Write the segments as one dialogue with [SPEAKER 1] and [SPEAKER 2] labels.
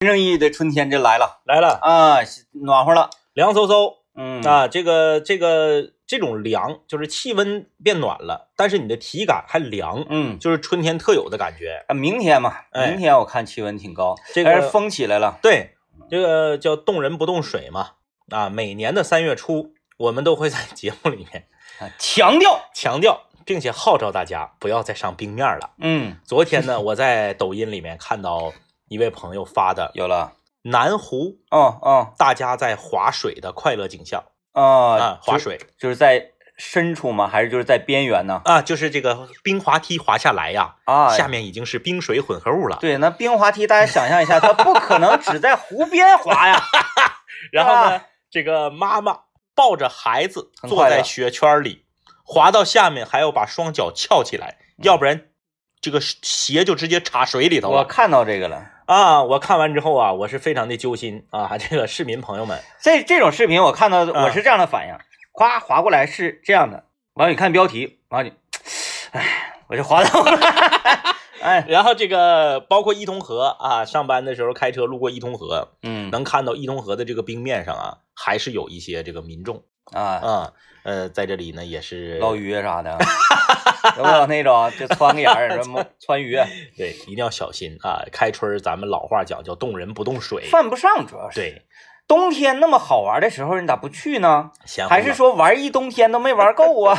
[SPEAKER 1] 正意义的春天就来了
[SPEAKER 2] 来了，
[SPEAKER 1] 啊，暖和了，
[SPEAKER 2] 凉飕飕
[SPEAKER 1] 嗯，
[SPEAKER 2] 啊，这个这个这种凉就是气温变暖了，但是你的体感还凉，
[SPEAKER 1] 嗯，
[SPEAKER 2] 就是春天特有的感觉。
[SPEAKER 1] 啊，明天嘛，
[SPEAKER 2] 哎
[SPEAKER 1] 明天我看气温挺高，
[SPEAKER 2] 这
[SPEAKER 1] 但是
[SPEAKER 2] 个
[SPEAKER 1] 风起来了，
[SPEAKER 2] 对，这个叫动人不动水嘛。啊，每年的三月初，我们都会在节目里面
[SPEAKER 1] 啊强调，
[SPEAKER 2] 强调，并且号召大家不要再上冰面了。
[SPEAKER 1] 嗯，
[SPEAKER 2] 昨天呢，我在抖音里面看到一位朋友发的
[SPEAKER 1] 有了，
[SPEAKER 2] 南湖
[SPEAKER 1] 哦哦
[SPEAKER 2] 大家在划水的快乐景象
[SPEAKER 1] 哦
[SPEAKER 2] 啊，，划
[SPEAKER 1] 就
[SPEAKER 2] 水
[SPEAKER 1] 就是在深处吗？还是就是在边缘呢？
[SPEAKER 2] 啊，就是这个冰滑梯滑下来呀，
[SPEAKER 1] 啊，
[SPEAKER 2] 下面已经是冰水混合物了。
[SPEAKER 1] 对，那冰滑梯，大家想象一下，它不可能只在湖边滑 呀，
[SPEAKER 2] 然后呢
[SPEAKER 1] 啊，
[SPEAKER 2] 这个妈妈抱着孩子
[SPEAKER 1] 很
[SPEAKER 2] 坐
[SPEAKER 1] 快乐
[SPEAKER 2] 在雪圈里，滑到下面还要把双脚翘起来，要不然这个鞋就直接插水里头
[SPEAKER 1] 嗯我
[SPEAKER 2] 了
[SPEAKER 1] 看到这个了。
[SPEAKER 2] 啊！我看完之后啊，我是非常的揪心啊！ 这个市民朋 友们，
[SPEAKER 1] 这这种视频我看到
[SPEAKER 2] 嗯
[SPEAKER 1] 我是这样的反应，夸划过来是这样的，完了你看标题，完了你，哎，我就划到了， 哎，
[SPEAKER 2] 然后这个包括伊通河啊，上班的时候开车路过伊通河，
[SPEAKER 1] 嗯
[SPEAKER 2] 能看到伊通河的这个冰面上啊，还是有一些这个民众
[SPEAKER 1] 啊，
[SPEAKER 2] 啊，呃，在这里呢也是
[SPEAKER 1] 捞鱼啥 的，有没有那种就穿个眼儿什 么穿鱼，啊
[SPEAKER 2] 对，一定要小心啊！开春儿咱们老话讲叫动人不动水，
[SPEAKER 1] 犯不上主要是。
[SPEAKER 2] 对，
[SPEAKER 1] 冬天那么好玩的时候，你咋不去呢？
[SPEAKER 2] 闲
[SPEAKER 1] 还
[SPEAKER 2] 话
[SPEAKER 1] 是说玩一冬天都没玩够 啊？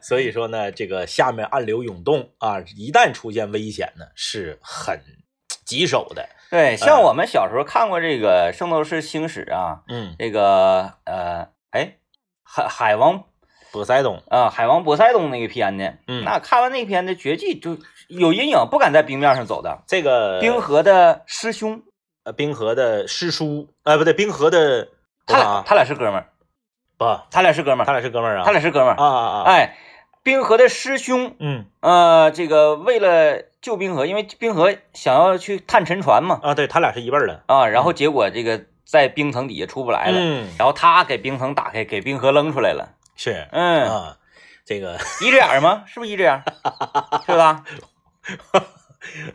[SPEAKER 2] 所以说呢，这个下面暗流涌动啊，一旦出现危险呢，是很棘手的。
[SPEAKER 1] 对，像我们小时候看过这个《圣斗士星矢》啊，
[SPEAKER 2] 嗯，
[SPEAKER 1] 这个呃，哎，海海王
[SPEAKER 2] 波塞冬，
[SPEAKER 1] 啊，海王波塞冬那个片呢，
[SPEAKER 2] 嗯
[SPEAKER 1] 那看完那片子绝技就有阴影，不敢在冰面上走的。
[SPEAKER 2] 这个
[SPEAKER 1] 冰河的师兄，
[SPEAKER 2] 呃冰河的师叔，呃，不对，冰河的
[SPEAKER 1] 他
[SPEAKER 2] 我
[SPEAKER 1] 俩他俩是哥们儿，
[SPEAKER 2] 看啊
[SPEAKER 1] 他俩是哥们
[SPEAKER 2] 不，他
[SPEAKER 1] 儿，
[SPEAKER 2] 俩是哥们儿啊，
[SPEAKER 1] 他俩是哥们儿。
[SPEAKER 2] 啊啊啊，
[SPEAKER 1] 哎，冰河的师兄，
[SPEAKER 2] 嗯
[SPEAKER 1] 呃，这个为了救冰河，因为冰河想要去探沉船嘛，
[SPEAKER 2] 啊，对他俩是一辈儿的，
[SPEAKER 1] 啊，然后结果这个在冰层底下出不来了，
[SPEAKER 2] 嗯，
[SPEAKER 1] 然后他给冰层打开，给冰河扔出来了。
[SPEAKER 2] 是
[SPEAKER 1] 嗯，
[SPEAKER 2] 啊，这个
[SPEAKER 1] 一只眼儿吗？是不是一只眼儿？是吧？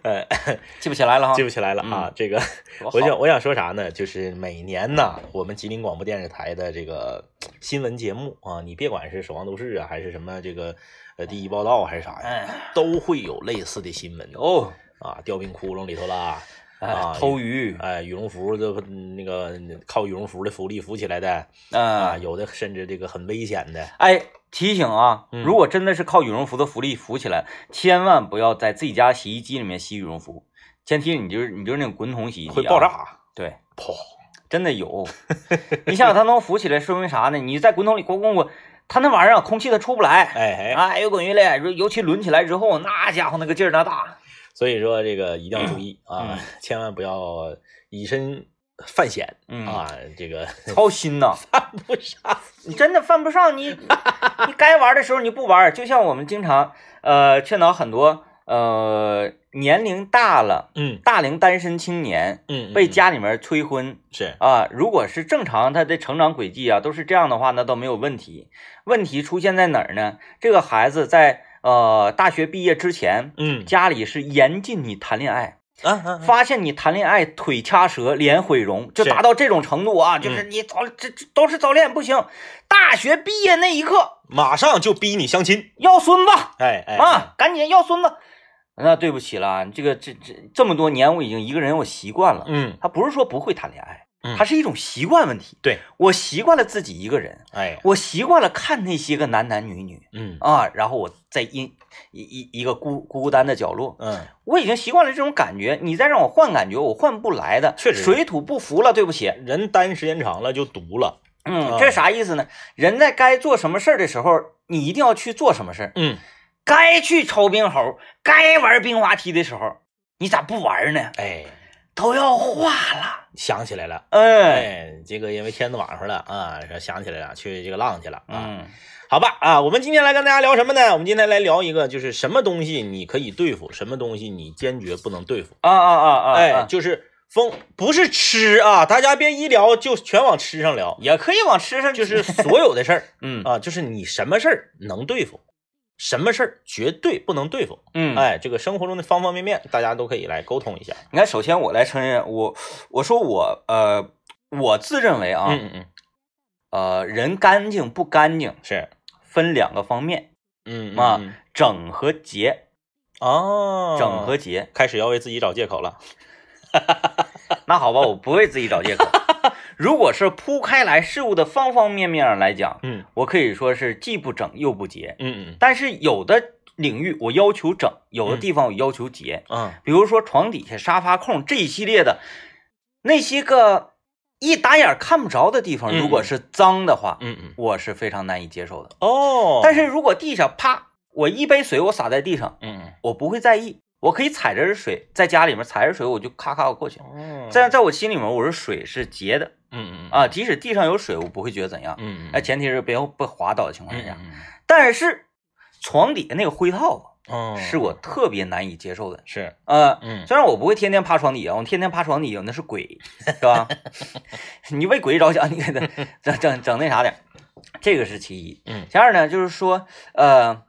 [SPEAKER 2] 呃
[SPEAKER 1] 记不起来了哈
[SPEAKER 2] 记。不起来了
[SPEAKER 1] 嗯
[SPEAKER 2] 啊，这个。
[SPEAKER 1] 多
[SPEAKER 2] 我
[SPEAKER 1] 好
[SPEAKER 2] 想我想说啥呢？就是每年呐，我们吉林广播电视台的这个新闻节目啊，你别管是《守望都市》啊，还是什么这个呃第一报道啊还是啥呀，
[SPEAKER 1] 哎
[SPEAKER 2] 都会有类似的新闻
[SPEAKER 1] 哦，
[SPEAKER 2] 啊，掉冰窟窿里头啦，
[SPEAKER 1] 啊
[SPEAKER 2] 啊，
[SPEAKER 1] 偷鱼，
[SPEAKER 2] 哎，羽绒服的那个靠羽绒服的浮力浮起来的啊，
[SPEAKER 1] 啊，
[SPEAKER 2] 有的甚至这个很危险的，
[SPEAKER 1] 哎，提醒啊，
[SPEAKER 2] 嗯
[SPEAKER 1] 如果真的是靠羽绒服的浮力浮起来，千万不要在自己家洗衣机里面洗羽绒服，前提你就是你就是那种滚筒洗衣机、啊
[SPEAKER 2] 会爆，炸，
[SPEAKER 1] 对，
[SPEAKER 2] 砰！
[SPEAKER 1] 真的有。 你想想它能浮起来，说明啥呢？你在滚筒里滚滚滚，它那玩意儿啊，空气它出不来。
[SPEAKER 2] 哎哎，
[SPEAKER 1] 啊，越滚越厉害，尤其抡起来之后，那家伙那个劲儿那大，
[SPEAKER 2] 所以说这个一定要注意啊，千万不要以身犯险
[SPEAKER 1] 嗯
[SPEAKER 2] 啊，这个
[SPEAKER 1] 操心呐！
[SPEAKER 2] 犯不上。
[SPEAKER 1] 你真的犯不上你，你该玩的时候你不玩，就像我们经常呃劝导很多呃年龄大了
[SPEAKER 2] 嗯
[SPEAKER 1] 大龄单身青年
[SPEAKER 2] 嗯，
[SPEAKER 1] 被
[SPEAKER 2] 嗯
[SPEAKER 1] 家里面催婚
[SPEAKER 2] 是
[SPEAKER 1] 啊，如果是正常他的成长轨迹啊都是这样的话，那都没有问题。问题出现在哪儿呢？这个孩子在呃大学毕业之前，
[SPEAKER 2] 嗯
[SPEAKER 1] 家里是严禁你谈恋爱，
[SPEAKER 2] 啊啊
[SPEAKER 1] 发现你谈恋爱腿掐折、脸毁容，就是达到这种程度啊！就是你早这这都是早恋不行，大学毕业那一刻
[SPEAKER 2] 马上就逼你相亲，
[SPEAKER 1] 要孙子
[SPEAKER 2] 哎哎，
[SPEAKER 1] 啊，赶紧要孙子。那对不起了，这个这这这么多年我已经一个人我习惯了，
[SPEAKER 2] 嗯
[SPEAKER 1] 他不是说不会谈恋爱
[SPEAKER 2] 嗯，
[SPEAKER 1] 他是一种习惯问题。
[SPEAKER 2] 对，
[SPEAKER 1] 我习惯了自己一个人，
[SPEAKER 2] 哎
[SPEAKER 1] 我习惯了看那些个男男女女
[SPEAKER 2] 嗯
[SPEAKER 1] 啊，然后我在一一一一个孤孤单的角落，
[SPEAKER 2] 嗯
[SPEAKER 1] 我已经习惯了这种感觉，你再让我换感觉，我换不来的，
[SPEAKER 2] 确实是
[SPEAKER 1] 水土不服了，对不起。
[SPEAKER 2] 人单时间长了就毒了，
[SPEAKER 1] 嗯，
[SPEAKER 2] 啊
[SPEAKER 1] 这啥意思呢？人在该做什么事儿的时候，你一定要去做什么事儿。
[SPEAKER 2] 嗯
[SPEAKER 1] 该去抽冰猴，该玩冰滑梯的时候，你咋不玩呢？
[SPEAKER 2] 哎，
[SPEAKER 1] 都要化了。
[SPEAKER 2] 想起来了。
[SPEAKER 1] 嗯
[SPEAKER 2] 哎，这个因为天都晚上了啊，说想起来了，去这个浪去了啊。
[SPEAKER 1] 嗯
[SPEAKER 2] 好吧啊，我们今天来跟大家聊什么呢？我们今天来聊一个，就是什么东西你可以对付，什么东西你坚决不能对付。
[SPEAKER 1] 啊啊啊啊！
[SPEAKER 2] 哎，
[SPEAKER 1] 啊
[SPEAKER 2] 就是风不是吃啊，大家别一聊就全往吃上聊，
[SPEAKER 1] 也可以往吃上，
[SPEAKER 2] 就是所有的事儿
[SPEAKER 1] 嗯
[SPEAKER 2] 啊，就是你什么事儿能对付，什么事儿绝对不能对付。
[SPEAKER 1] 嗯，
[SPEAKER 2] 哎，这个生活中的方方面面，大家都可以来沟通一下。
[SPEAKER 1] 你看，首先我来承认，我我说我呃，我自认为啊，
[SPEAKER 2] 嗯嗯嗯，
[SPEAKER 1] 呃，人干净不干净
[SPEAKER 2] 是，
[SPEAKER 1] 分两个方面，
[SPEAKER 2] 嗯
[SPEAKER 1] 啊
[SPEAKER 2] 嗯
[SPEAKER 1] 整和洁，
[SPEAKER 2] 嗯哦，
[SPEAKER 1] 整和洁。
[SPEAKER 2] 开始要为自己找借口了。
[SPEAKER 1] 那好吧，我不为自己找 借口。如果是铺开来事物的方方面面来讲，
[SPEAKER 2] 嗯
[SPEAKER 1] 我可以说是既不整又不洁。
[SPEAKER 2] 嗯嗯
[SPEAKER 1] 但是有的领域我要求整，有的
[SPEAKER 2] 嗯
[SPEAKER 1] 地方我要求洁，
[SPEAKER 2] 嗯，
[SPEAKER 1] 比如说床底下、沙发控这一系列的那些个一打眼看不着的地方，
[SPEAKER 2] 嗯
[SPEAKER 1] 如果是脏的话，
[SPEAKER 2] 嗯嗯
[SPEAKER 1] 我是非常难以接受的。
[SPEAKER 2] 哦，
[SPEAKER 1] 但是如果地上啪，我一杯水我洒在地上，
[SPEAKER 2] 嗯
[SPEAKER 1] 我不会在意，我可以踩着水，在家里面踩着水我就咔咔我过去
[SPEAKER 2] 嗯。哦，
[SPEAKER 1] 这样在我心里面，我说水是洁的
[SPEAKER 2] 嗯嗯
[SPEAKER 1] 啊，即使地上有水，我不会觉得怎样。
[SPEAKER 2] 嗯嗯
[SPEAKER 1] 哎，前提是别不滑倒的情况
[SPEAKER 2] 嗯
[SPEAKER 1] 下。
[SPEAKER 2] 嗯
[SPEAKER 1] 但是床底下那个灰套
[SPEAKER 2] 嗯哦
[SPEAKER 1] 子是我特别难以接受的。
[SPEAKER 2] 是
[SPEAKER 1] 呃，
[SPEAKER 2] 嗯
[SPEAKER 1] 虽然我不会天天趴床底下，我天天趴床底下那是鬼，是吧？ 你为鬼着想，你给他整整整那啥点儿，这个是其一。
[SPEAKER 2] 嗯
[SPEAKER 1] 其二呢，就是说，呃，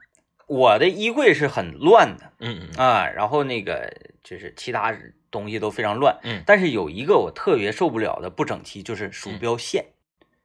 [SPEAKER 1] 我的衣柜是很乱的
[SPEAKER 2] 嗯嗯
[SPEAKER 1] 啊，然后那个就是其他东西都非常乱，
[SPEAKER 2] 嗯
[SPEAKER 1] 但是有一个我特别受不了的不整齐，就是鼠标线、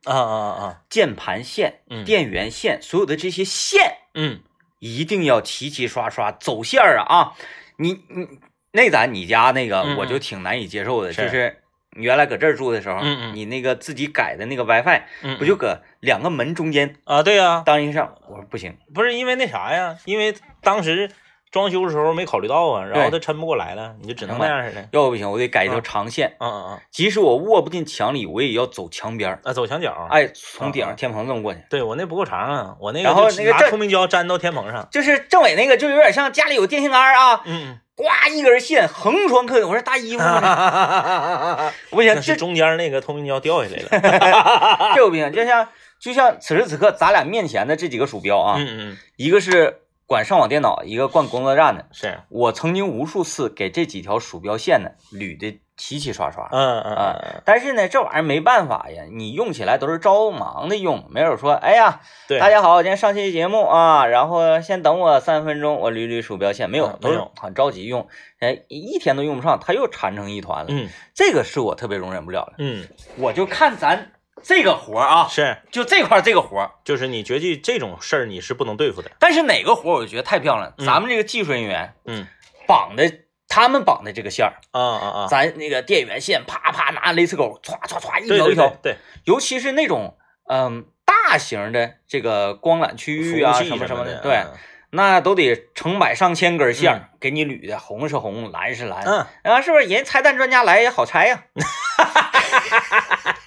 [SPEAKER 2] 啊啊啊
[SPEAKER 1] 键盘线、
[SPEAKER 2] 嗯
[SPEAKER 1] 电源线，所有的这些线
[SPEAKER 2] 嗯
[SPEAKER 1] 一定要齐齐刷刷，走线儿啊啊！你你那咱你家那个
[SPEAKER 2] 嗯，
[SPEAKER 1] 我就挺难以接受的，
[SPEAKER 2] 是
[SPEAKER 1] 就是你原来搁这儿住的时候，
[SPEAKER 2] 嗯嗯
[SPEAKER 1] 你那个自己改的那个 WiFi，
[SPEAKER 2] 嗯
[SPEAKER 1] 不就搁两个门中间
[SPEAKER 2] 啊对呀、
[SPEAKER 1] 当一上？我说不行，
[SPEAKER 2] 不是因为那啥呀，因为当时装修的时候没考虑到啊，然后他
[SPEAKER 1] 对
[SPEAKER 2] 抻不过来了，你就只能
[SPEAKER 1] 明
[SPEAKER 2] 那
[SPEAKER 1] 白
[SPEAKER 2] 样似的。
[SPEAKER 1] 要不不行，我得改一条长线，
[SPEAKER 2] 嗯嗯嗯，
[SPEAKER 1] 即使我握不进墙里，我也要走墙边儿，
[SPEAKER 2] 啊，走墙角。，
[SPEAKER 1] 哎，从顶
[SPEAKER 2] 啊
[SPEAKER 1] 上天棚这么过去。
[SPEAKER 2] 对我那不够长啊，我那个
[SPEAKER 1] 然后
[SPEAKER 2] 就
[SPEAKER 1] 那个
[SPEAKER 2] 拿
[SPEAKER 1] 这
[SPEAKER 2] 透明胶粘到天棚上。
[SPEAKER 1] 就是政委那个，就有点像家里有电线杆儿啊，
[SPEAKER 2] 嗯，
[SPEAKER 1] 呱一根线横穿客厅。我说大衣服
[SPEAKER 2] 嗯
[SPEAKER 1] 呢，我不行，
[SPEAKER 2] 那
[SPEAKER 1] 这
[SPEAKER 2] 是中间那个透明胶掉下来 了。
[SPEAKER 1] 这我不行，就像就像此时此刻咱俩面前的这几个鼠标啊，
[SPEAKER 2] 嗯嗯，
[SPEAKER 1] 一个是管上网电脑，一个管工作站的。
[SPEAKER 2] 是，
[SPEAKER 1] 我曾经无数次给这几条鼠标线呢捋的齐齐刷刷，
[SPEAKER 2] 嗯嗯
[SPEAKER 1] 啊
[SPEAKER 2] 嗯，
[SPEAKER 1] 但是呢，这玩意儿没办法呀，你用起来都是着忙的用，没有说哎呀，
[SPEAKER 2] 对，
[SPEAKER 1] 大家好，今天上期节目啊，然后先等我三分钟，我捋捋鼠标线，没有
[SPEAKER 2] 嗯，
[SPEAKER 1] 都
[SPEAKER 2] 没
[SPEAKER 1] 是
[SPEAKER 2] 有
[SPEAKER 1] 很着急用，哎，一天都用不上，它又缠成一团了，
[SPEAKER 2] 嗯
[SPEAKER 1] 这个是我特别容忍不了的。
[SPEAKER 2] 嗯
[SPEAKER 1] 我就看咱这个活儿啊，
[SPEAKER 2] 是，
[SPEAKER 1] 就这块儿这个活儿，
[SPEAKER 2] 就是你绝技这种事儿你是不能对付的。
[SPEAKER 1] 但是哪个活儿我觉得太漂亮了，
[SPEAKER 2] 嗯
[SPEAKER 1] 咱们这个技术人员
[SPEAKER 2] 嗯
[SPEAKER 1] 绑的。他们绑的这个线儿，
[SPEAKER 2] 啊啊啊，
[SPEAKER 1] 咱那个电源线啪啪拿蕾丝钩歘歘歘一
[SPEAKER 2] 对
[SPEAKER 1] 条
[SPEAKER 2] 对
[SPEAKER 1] 一条
[SPEAKER 2] 对，对
[SPEAKER 1] 尤其是那种嗯、大型的这个光缆区域啊
[SPEAKER 2] 服务器
[SPEAKER 1] 什么
[SPEAKER 2] 什
[SPEAKER 1] 什
[SPEAKER 2] 么
[SPEAKER 1] 么嗯
[SPEAKER 2] 的，啊
[SPEAKER 1] 对，那都得成百上千根线儿给你捋的，红是红，蓝是蓝，
[SPEAKER 2] 嗯，
[SPEAKER 1] 啊，是不是？人拆弹专家来也好拆呀、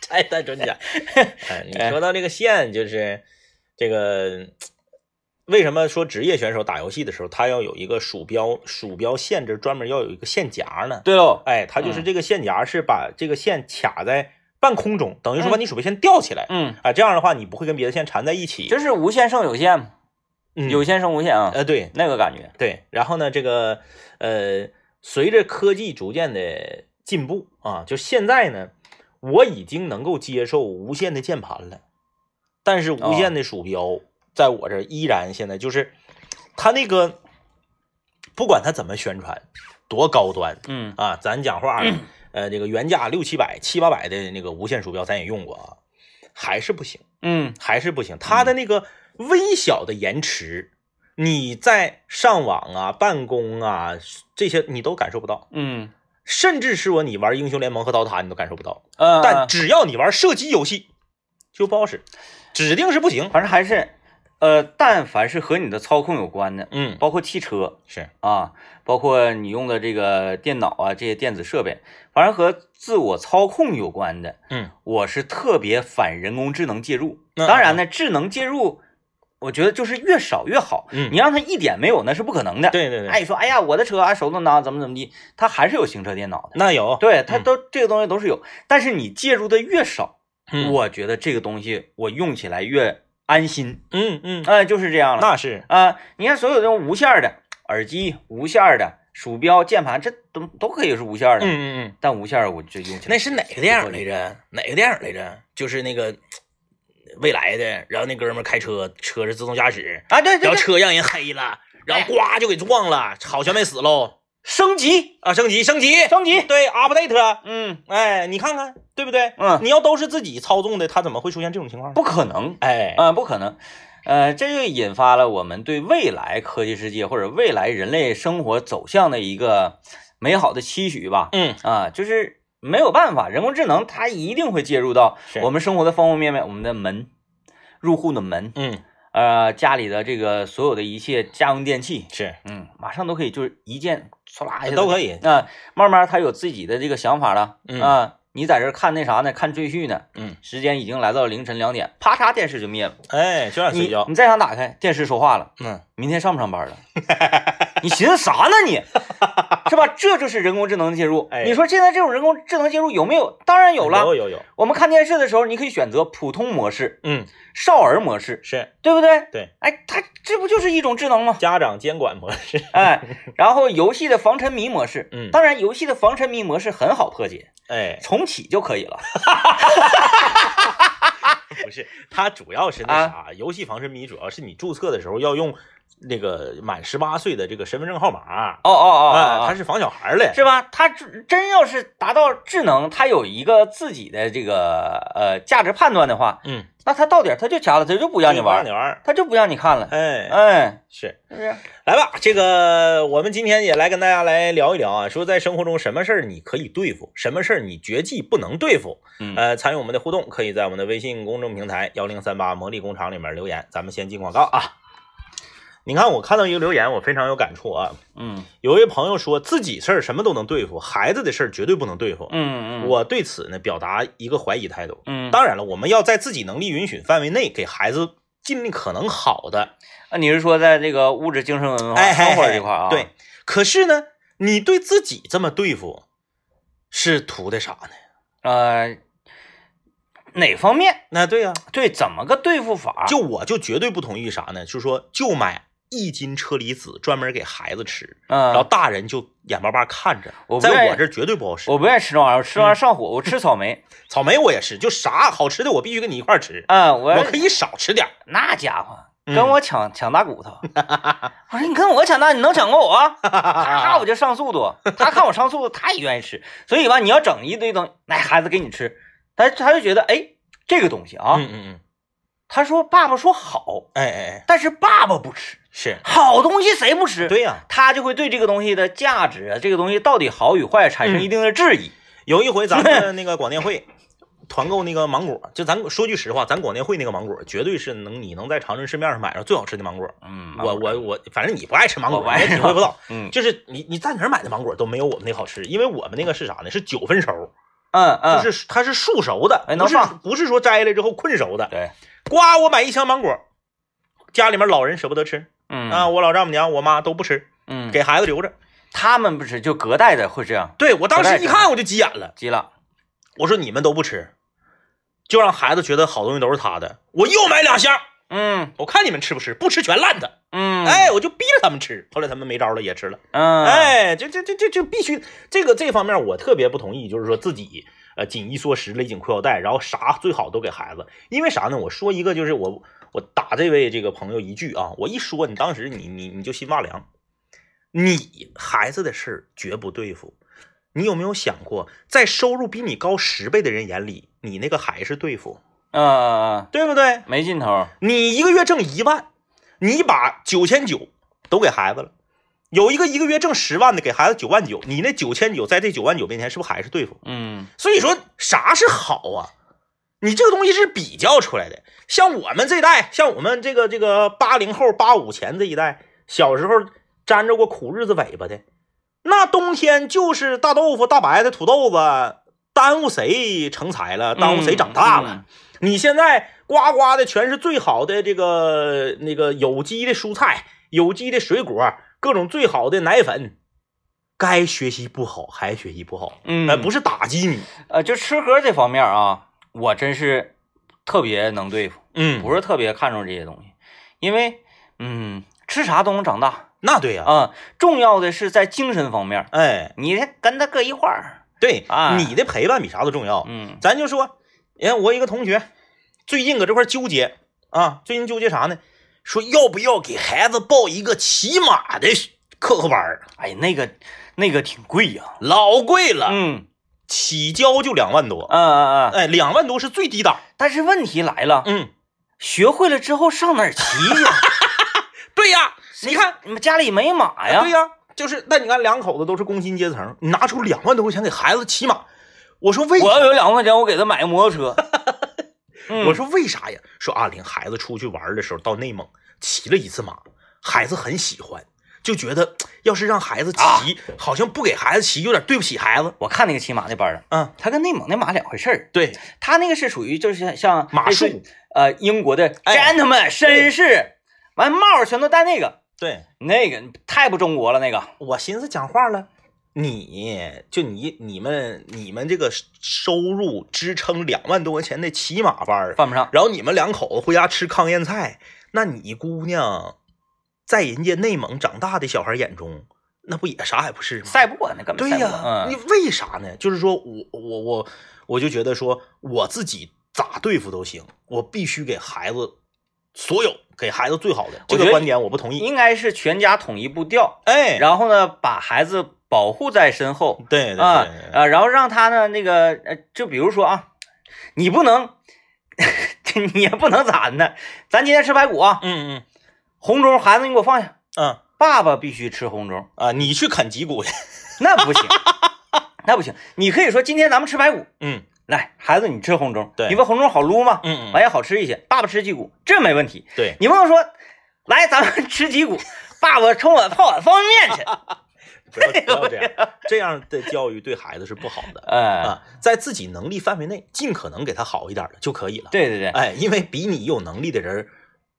[SPEAKER 2] 拆弹专家。 哎，你说到这个线，就是这个为什么说职业选手打游戏的时候，他要有一个鼠标鼠标线这专门要有一个线夹呢？
[SPEAKER 1] 对喽，
[SPEAKER 2] 哎，他就是
[SPEAKER 1] 嗯
[SPEAKER 2] 这个线夹是把这个线卡在半空中，等于说把
[SPEAKER 1] 嗯
[SPEAKER 2] 你鼠标线吊起来。
[SPEAKER 1] 嗯，
[SPEAKER 2] 啊，这样的话你不会跟别的线缠在一起。
[SPEAKER 1] 真是无限胜有限嘛，
[SPEAKER 2] 嗯
[SPEAKER 1] 有限胜无限啊，
[SPEAKER 2] 呃，对
[SPEAKER 1] 那个感觉，
[SPEAKER 2] 对。然后呢，这个呃，随着科技逐渐的进步啊，就现在呢，我已经能够接受无线的键盘了，但是无
[SPEAKER 1] 哦
[SPEAKER 2] 线的鼠标在我这儿依然现在就是它那个，不管它怎么宣传，多高端，
[SPEAKER 1] 嗯
[SPEAKER 2] 啊，咱讲话，呃，这个原价六七百、七八百的那个无线鼠标，咱也用过啊，还是不行，
[SPEAKER 1] 嗯，
[SPEAKER 2] 还是不行。它的那个微小的延迟，你在上网啊、办公啊这些你都感受不到，
[SPEAKER 1] 嗯
[SPEAKER 2] 甚至是我你玩英雄联盟和刀塔你都感受不到。
[SPEAKER 1] 呃，
[SPEAKER 2] 但只要你玩射击游戏，就不好使，指定是不行。
[SPEAKER 1] 反正还是，呃，但凡是和你的操控有关的，
[SPEAKER 2] 嗯，
[SPEAKER 1] 包括汽车
[SPEAKER 2] 是，
[SPEAKER 1] 啊，包括你用的这个电脑啊，这些电子设备，反正和自我操控有关的，
[SPEAKER 2] 嗯
[SPEAKER 1] 我是特别反人工智能介入。
[SPEAKER 2] 嗯
[SPEAKER 1] 当然呢，智能介入，我觉得就是越少越好。
[SPEAKER 2] 嗯
[SPEAKER 1] 你让它一点没有那是不可能的。，
[SPEAKER 2] 对对对，
[SPEAKER 1] 哎，说哎呀，我的车啊，手动挡怎么怎么地，它还是有行车电脑的。
[SPEAKER 2] 那有，
[SPEAKER 1] 对，它
[SPEAKER 2] 嗯
[SPEAKER 1] 都、这个东西都是有，但是你介入的越少，
[SPEAKER 2] 嗯
[SPEAKER 1] 我觉得这个东西我用起来越安心。
[SPEAKER 2] 嗯 嗯，
[SPEAKER 1] 哎、就是这样了。
[SPEAKER 2] 那是，
[SPEAKER 1] 啊、你看所有这种无线儿的耳机、无线儿的鼠标、键盘，这都都可以是无线儿
[SPEAKER 2] 嗯
[SPEAKER 1] 的，
[SPEAKER 2] 嗯嗯。
[SPEAKER 1] 但无线儿我就用起来
[SPEAKER 2] 那是哪个电影来着？哪个电影来着？就是那个未来的，然后那哥们儿开车，车是自动驾驶，
[SPEAKER 1] 啊，对对
[SPEAKER 2] 然后
[SPEAKER 1] 对，
[SPEAKER 2] 车让人黑了，然后呱就给撞了，好像没死喽
[SPEAKER 1] 升级
[SPEAKER 2] 啊！升级，升级，
[SPEAKER 1] 升级，
[SPEAKER 2] 对，update，
[SPEAKER 1] 嗯
[SPEAKER 2] 哎，你看看，对不对？
[SPEAKER 1] 嗯，
[SPEAKER 2] 你要都是自己操纵的，它怎么会出现这种情况？
[SPEAKER 1] 不可能，
[SPEAKER 2] 哎，
[SPEAKER 1] 啊、不可能。呃，这就引发了我们对未来科技世界或者未来人类生活走向的一个美好的期许吧。
[SPEAKER 2] 嗯，
[SPEAKER 1] 啊、就是没有办法，人工智能它一定会介入到
[SPEAKER 2] 是
[SPEAKER 1] 我们生活的方方面面，我们的门、入户的门，
[SPEAKER 2] 嗯，
[SPEAKER 1] 呃，家里的这个所有的一切家用电器，
[SPEAKER 2] 是
[SPEAKER 1] 嗯，马上都可以就是一键唰啦一下以。
[SPEAKER 2] 都可以，
[SPEAKER 1] 那、慢慢它有自己的这个想法了。
[SPEAKER 2] 嗯
[SPEAKER 1] 啊、你在这儿看那啥呢？看赘婿呢？
[SPEAKER 2] 嗯，
[SPEAKER 1] 时间已经来到了凌晨两点，啪嚓，电视就灭了。
[SPEAKER 2] 哎，就让睡
[SPEAKER 1] 你
[SPEAKER 2] 觉，
[SPEAKER 1] 你再想打开电视说话了，
[SPEAKER 2] 嗯，
[SPEAKER 1] 明天上不上 班了？你寻思啥呢你？是吧？这就是人工智能的介入。
[SPEAKER 2] 哎
[SPEAKER 1] 你说现在这种人工智能介入有没有？当然有了。
[SPEAKER 2] 有有有，
[SPEAKER 1] 我们看电视的时候，你可以选择普通模式、
[SPEAKER 2] 嗯，
[SPEAKER 1] 少儿模式，
[SPEAKER 2] 是
[SPEAKER 1] 对不对？
[SPEAKER 2] 对。？
[SPEAKER 1] 哎，它这不就是一种智能吗
[SPEAKER 2] 家长监管模式，
[SPEAKER 1] 哎，然后游戏的防沉迷模式，
[SPEAKER 2] 嗯
[SPEAKER 1] 当然游戏的防沉迷模式很好破解，
[SPEAKER 2] 哎，
[SPEAKER 1] 重启就可以了。
[SPEAKER 2] 不是，它主要是
[SPEAKER 1] 啊
[SPEAKER 2] 那啥，游戏防沉迷主要是你注册的时候要用那个满十八岁的这个身份证号码，
[SPEAKER 1] 哦哦哦哦
[SPEAKER 2] 啊，
[SPEAKER 1] 哦
[SPEAKER 2] 它是防小孩儿的，
[SPEAKER 1] 是吧？它真真要是达到智能，它有一个自己的这个呃价值判断的话，
[SPEAKER 2] 嗯，
[SPEAKER 1] 那它到点儿它就掐了，它就不
[SPEAKER 2] 不
[SPEAKER 1] 让你玩
[SPEAKER 2] 让你
[SPEAKER 1] 儿，
[SPEAKER 2] 玩儿，
[SPEAKER 1] 它就不让你看了。
[SPEAKER 2] 哎，
[SPEAKER 1] 哎，
[SPEAKER 2] 是。
[SPEAKER 1] 是不是？
[SPEAKER 2] 来吧，这个我们今天也来跟大家来聊一聊啊，说在生活中什么事儿你可以对付，什么事儿你绝技不能对付。
[SPEAKER 1] 嗯
[SPEAKER 2] 呃，参与我们的互动，可以在我们的微信公众平台幺零三八魔力工厂里面留言。咱们先进广告啊。你看，我看到一个留言，我非常有感触啊。
[SPEAKER 1] 嗯
[SPEAKER 2] 有一位朋友说自己事儿什么都能对付，孩子的事儿绝对不能对付。
[SPEAKER 1] 嗯嗯，
[SPEAKER 2] 我对此呢表达一个怀疑态度。
[SPEAKER 1] 嗯，
[SPEAKER 2] 当然了，我们要在自己能力允许范围内给孩子尽力可能好的
[SPEAKER 1] 啊你是说在这个物质、精神、文化、
[SPEAKER 2] 哎，
[SPEAKER 1] 生活
[SPEAKER 2] 哎
[SPEAKER 1] 这块儿啊？
[SPEAKER 2] 对，，可是呢，你对自己这么对付，是图的啥呢？
[SPEAKER 1] 呃，哪方面？
[SPEAKER 2] 那对呀、
[SPEAKER 1] 对，怎么个对付法？
[SPEAKER 2] 就我就绝对不同意啥呢？就说就买一斤车厘子专门给孩子吃，然后
[SPEAKER 1] 嗯，
[SPEAKER 2] 大人就眼巴巴看着
[SPEAKER 1] 我，不愿意
[SPEAKER 2] 在我这儿绝对不好吃。
[SPEAKER 1] 我不愿意吃这玩意儿，我吃
[SPEAKER 2] 嗯
[SPEAKER 1] 完上火，我吃草莓。
[SPEAKER 2] 草莓我也是，就啥好吃的我必须跟你一块儿吃，
[SPEAKER 1] 啊，我
[SPEAKER 2] 我可以少吃点儿。
[SPEAKER 1] 那家伙
[SPEAKER 2] 嗯
[SPEAKER 1] 跟我抢、抢大骨头， 我说你跟我抢大，你能抢过我啊？他我就上速度，他看我上速度，他也愿意吃。所以吧，你要整一堆东西，那孩子给你吃，他他就觉得哎，这个东西啊，
[SPEAKER 2] 嗯嗯嗯，
[SPEAKER 1] 他说爸爸说好，
[SPEAKER 2] 哎哎哎，
[SPEAKER 1] 但是爸爸不吃，
[SPEAKER 2] 是
[SPEAKER 1] 好东西谁不吃？，
[SPEAKER 2] 对呀、
[SPEAKER 1] 他就会对这个东西的价值啊，这个东西到底好与坏产
[SPEAKER 2] 嗯
[SPEAKER 1] 生一定的质疑。
[SPEAKER 2] 有一回咱们那个广电会团购那个芒果，就咱说句实话，咱广电会那个芒果绝对是能你能在长春市面上买着最好吃的芒果。
[SPEAKER 1] 嗯，
[SPEAKER 2] 我我我，反正你不爱吃芒
[SPEAKER 1] 我
[SPEAKER 2] 果，
[SPEAKER 1] 不
[SPEAKER 2] 我
[SPEAKER 1] 爱
[SPEAKER 2] 也
[SPEAKER 1] 吃
[SPEAKER 2] 体会不到。
[SPEAKER 1] 嗯
[SPEAKER 2] 就是你你在哪儿买的芒果都没有我们那个好吃，因为我们那个是啥呢？是九分熟，
[SPEAKER 1] 嗯嗯，
[SPEAKER 2] 就是它是树熟的，
[SPEAKER 1] 哎能
[SPEAKER 2] 不是
[SPEAKER 1] 放
[SPEAKER 2] 不是说摘下来之后困熟的。
[SPEAKER 1] 对，
[SPEAKER 2] 呱，我买一箱芒果，家里面老人舍不得吃
[SPEAKER 1] 嗯
[SPEAKER 2] 啊，我老丈母娘我妈都不吃，
[SPEAKER 1] 嗯，
[SPEAKER 2] 给孩子留着。
[SPEAKER 1] 他们不吃，就隔代的会这样，
[SPEAKER 2] 对我当
[SPEAKER 1] 不带
[SPEAKER 2] 时
[SPEAKER 1] 吃
[SPEAKER 2] 一看我就急眼了，
[SPEAKER 1] 急了。
[SPEAKER 2] 我说你们都不吃，就让孩子觉得好东西都是他的，我又买两箱。
[SPEAKER 1] 嗯
[SPEAKER 2] 我看你们吃不吃，不吃全烂的。
[SPEAKER 1] 嗯，
[SPEAKER 2] 哎，我就逼着他们吃，后来他们没招了，也吃了。
[SPEAKER 1] 嗯，
[SPEAKER 2] 哎，这这这这这必须，这个这方面我特别不同意，就是说自己呃紧衣缩食、勒紧裤腰带，然后啥最好都给孩子，因为啥呢？我说一个就是我 我打这位这个朋友一句啊，我一说你当时你你你就心发凉，你孩子的事儿绝不对付，你有没有想过，在收入比你高十倍的人眼里，你那个还是对付，
[SPEAKER 1] 嗯嗯嗯，
[SPEAKER 2] 对不对？
[SPEAKER 1] 没劲头。
[SPEAKER 2] 你一个月挣一万，你把九千九都给孩子了，有一个一个月挣十万的给孩子九万九，你那九千九在这九万九面前是不是还是对付？
[SPEAKER 1] 嗯
[SPEAKER 2] 所以说啥是好啊？你这个东西是比较出来的。像我们这代，像我们这个这个八零后、八五前这一代，小时候沾着过苦日子尾巴的，那冬天就是大豆腐、大白菜、土豆子，耽误谁成才了，耽误谁长大了。
[SPEAKER 1] 嗯嗯
[SPEAKER 2] 你现在呱呱的全是最好的这个那个有机的蔬菜、有机的水果，各种最好的奶粉。该学习不好还学习不好，
[SPEAKER 1] 嗯
[SPEAKER 2] 呃不是打击你，
[SPEAKER 1] 呃，就吃喝这方面啊，我真是特别能对付，
[SPEAKER 2] 嗯
[SPEAKER 1] 不是特别看重这些东西，因为嗯，吃啥都能长大
[SPEAKER 2] 那对呀、
[SPEAKER 1] 啊、重要的是在精神方面，
[SPEAKER 2] 哎，
[SPEAKER 1] 你跟他搁一块儿，
[SPEAKER 2] 对，
[SPEAKER 1] 啊
[SPEAKER 2] 你的陪伴比啥都重要。
[SPEAKER 1] 嗯
[SPEAKER 2] 咱就说，哎，我一个同学，最近搁这块纠结啊，最近纠结啥呢？说要不要给孩子报一个骑马的课后班儿
[SPEAKER 1] 哎，那个那个挺贵呀、
[SPEAKER 2] 老贵了，
[SPEAKER 1] 嗯
[SPEAKER 2] 起交就两万多，
[SPEAKER 1] 嗯嗯嗯。
[SPEAKER 2] 哎，两万多是最低档。
[SPEAKER 1] 但是问题来了，
[SPEAKER 2] 嗯，
[SPEAKER 1] 学会了之后上哪儿 骑去？
[SPEAKER 2] 对呀，你看，
[SPEAKER 1] 你们家里没马呀？
[SPEAKER 2] 对哎呀，就是那你看两口子都是工薪阶层，你拿出两万多块钱给孩子骑马，我说为啥
[SPEAKER 1] 我要有两万块钱，我给他买个摩托 车。嗯
[SPEAKER 2] 我说为啥呀？说阿玲孩子出去玩的时候到内蒙骑了一次马，孩子很喜欢，就觉得要是让孩子骑，
[SPEAKER 1] 啊
[SPEAKER 2] 好像不给孩子骑有点对不起孩子。
[SPEAKER 1] 我看那个骑马那班儿，
[SPEAKER 2] 嗯，
[SPEAKER 1] 他跟内蒙那马两回事儿。
[SPEAKER 2] 对，哎
[SPEAKER 1] 他那个是属于就是像像
[SPEAKER 2] 马
[SPEAKER 1] 类似
[SPEAKER 2] 术
[SPEAKER 1] 呃，英国的
[SPEAKER 2] 哎
[SPEAKER 1] gentleman 绅士，完帽儿全都戴那个，
[SPEAKER 2] 对
[SPEAKER 1] 那个太不中国了那个。
[SPEAKER 2] 我寻思讲话了，你就你你们你们这个收入支撑两万多块钱的骑马班儿，
[SPEAKER 1] 犯不上。
[SPEAKER 2] 然后你们两口子回家吃糠咽菜，那你姑娘在人家内蒙长大的小孩眼中，那不也啥也不是吗？
[SPEAKER 1] 赛博那根本
[SPEAKER 2] 对
[SPEAKER 1] 赛博
[SPEAKER 2] 呀、你
[SPEAKER 1] 嗯，
[SPEAKER 2] 为啥呢？就是说我我我我就觉得说我自己咋对付都行，我必须给孩子所有给孩子最好的。这
[SPEAKER 1] 觉
[SPEAKER 2] 个
[SPEAKER 1] 得
[SPEAKER 2] 观点我不同意。
[SPEAKER 1] 应该是全家统一步调，
[SPEAKER 2] 哎，
[SPEAKER 1] 然后呢，把孩子保护在身后
[SPEAKER 2] 对对对，
[SPEAKER 1] 啊
[SPEAKER 2] 对
[SPEAKER 1] 啊，然后让他呢那个呃，就比如说啊，你不能，这你也不能咋的，咱今天吃排骨啊，
[SPEAKER 2] 嗯嗯
[SPEAKER 1] 红中孩子你给我放下，
[SPEAKER 2] 嗯
[SPEAKER 1] 爸爸必须吃红中，
[SPEAKER 2] 啊，你去啃脊骨去。
[SPEAKER 1] 那不行，那不行，你可以说今天咱们吃排骨，
[SPEAKER 2] 嗯
[SPEAKER 1] 来，孩子你吃红中，
[SPEAKER 2] 对
[SPEAKER 1] 因为红中好撸嘛，
[SPEAKER 2] 嗯
[SPEAKER 1] 玩
[SPEAKER 2] 嗯，
[SPEAKER 1] 意儿好吃一些，爸爸吃鸡骨这没问题，
[SPEAKER 2] 对，
[SPEAKER 1] 你不能说来咱们吃鸡骨，爸爸冲我泡碗方便面去。
[SPEAKER 2] 不要不要 这样，这样的教育对孩子是不好的
[SPEAKER 1] 哎，
[SPEAKER 2] 啊。在自己能力范围内，尽可能给他好一点的就可以了。
[SPEAKER 1] 对对对。
[SPEAKER 2] 哎，因为比你有能力的人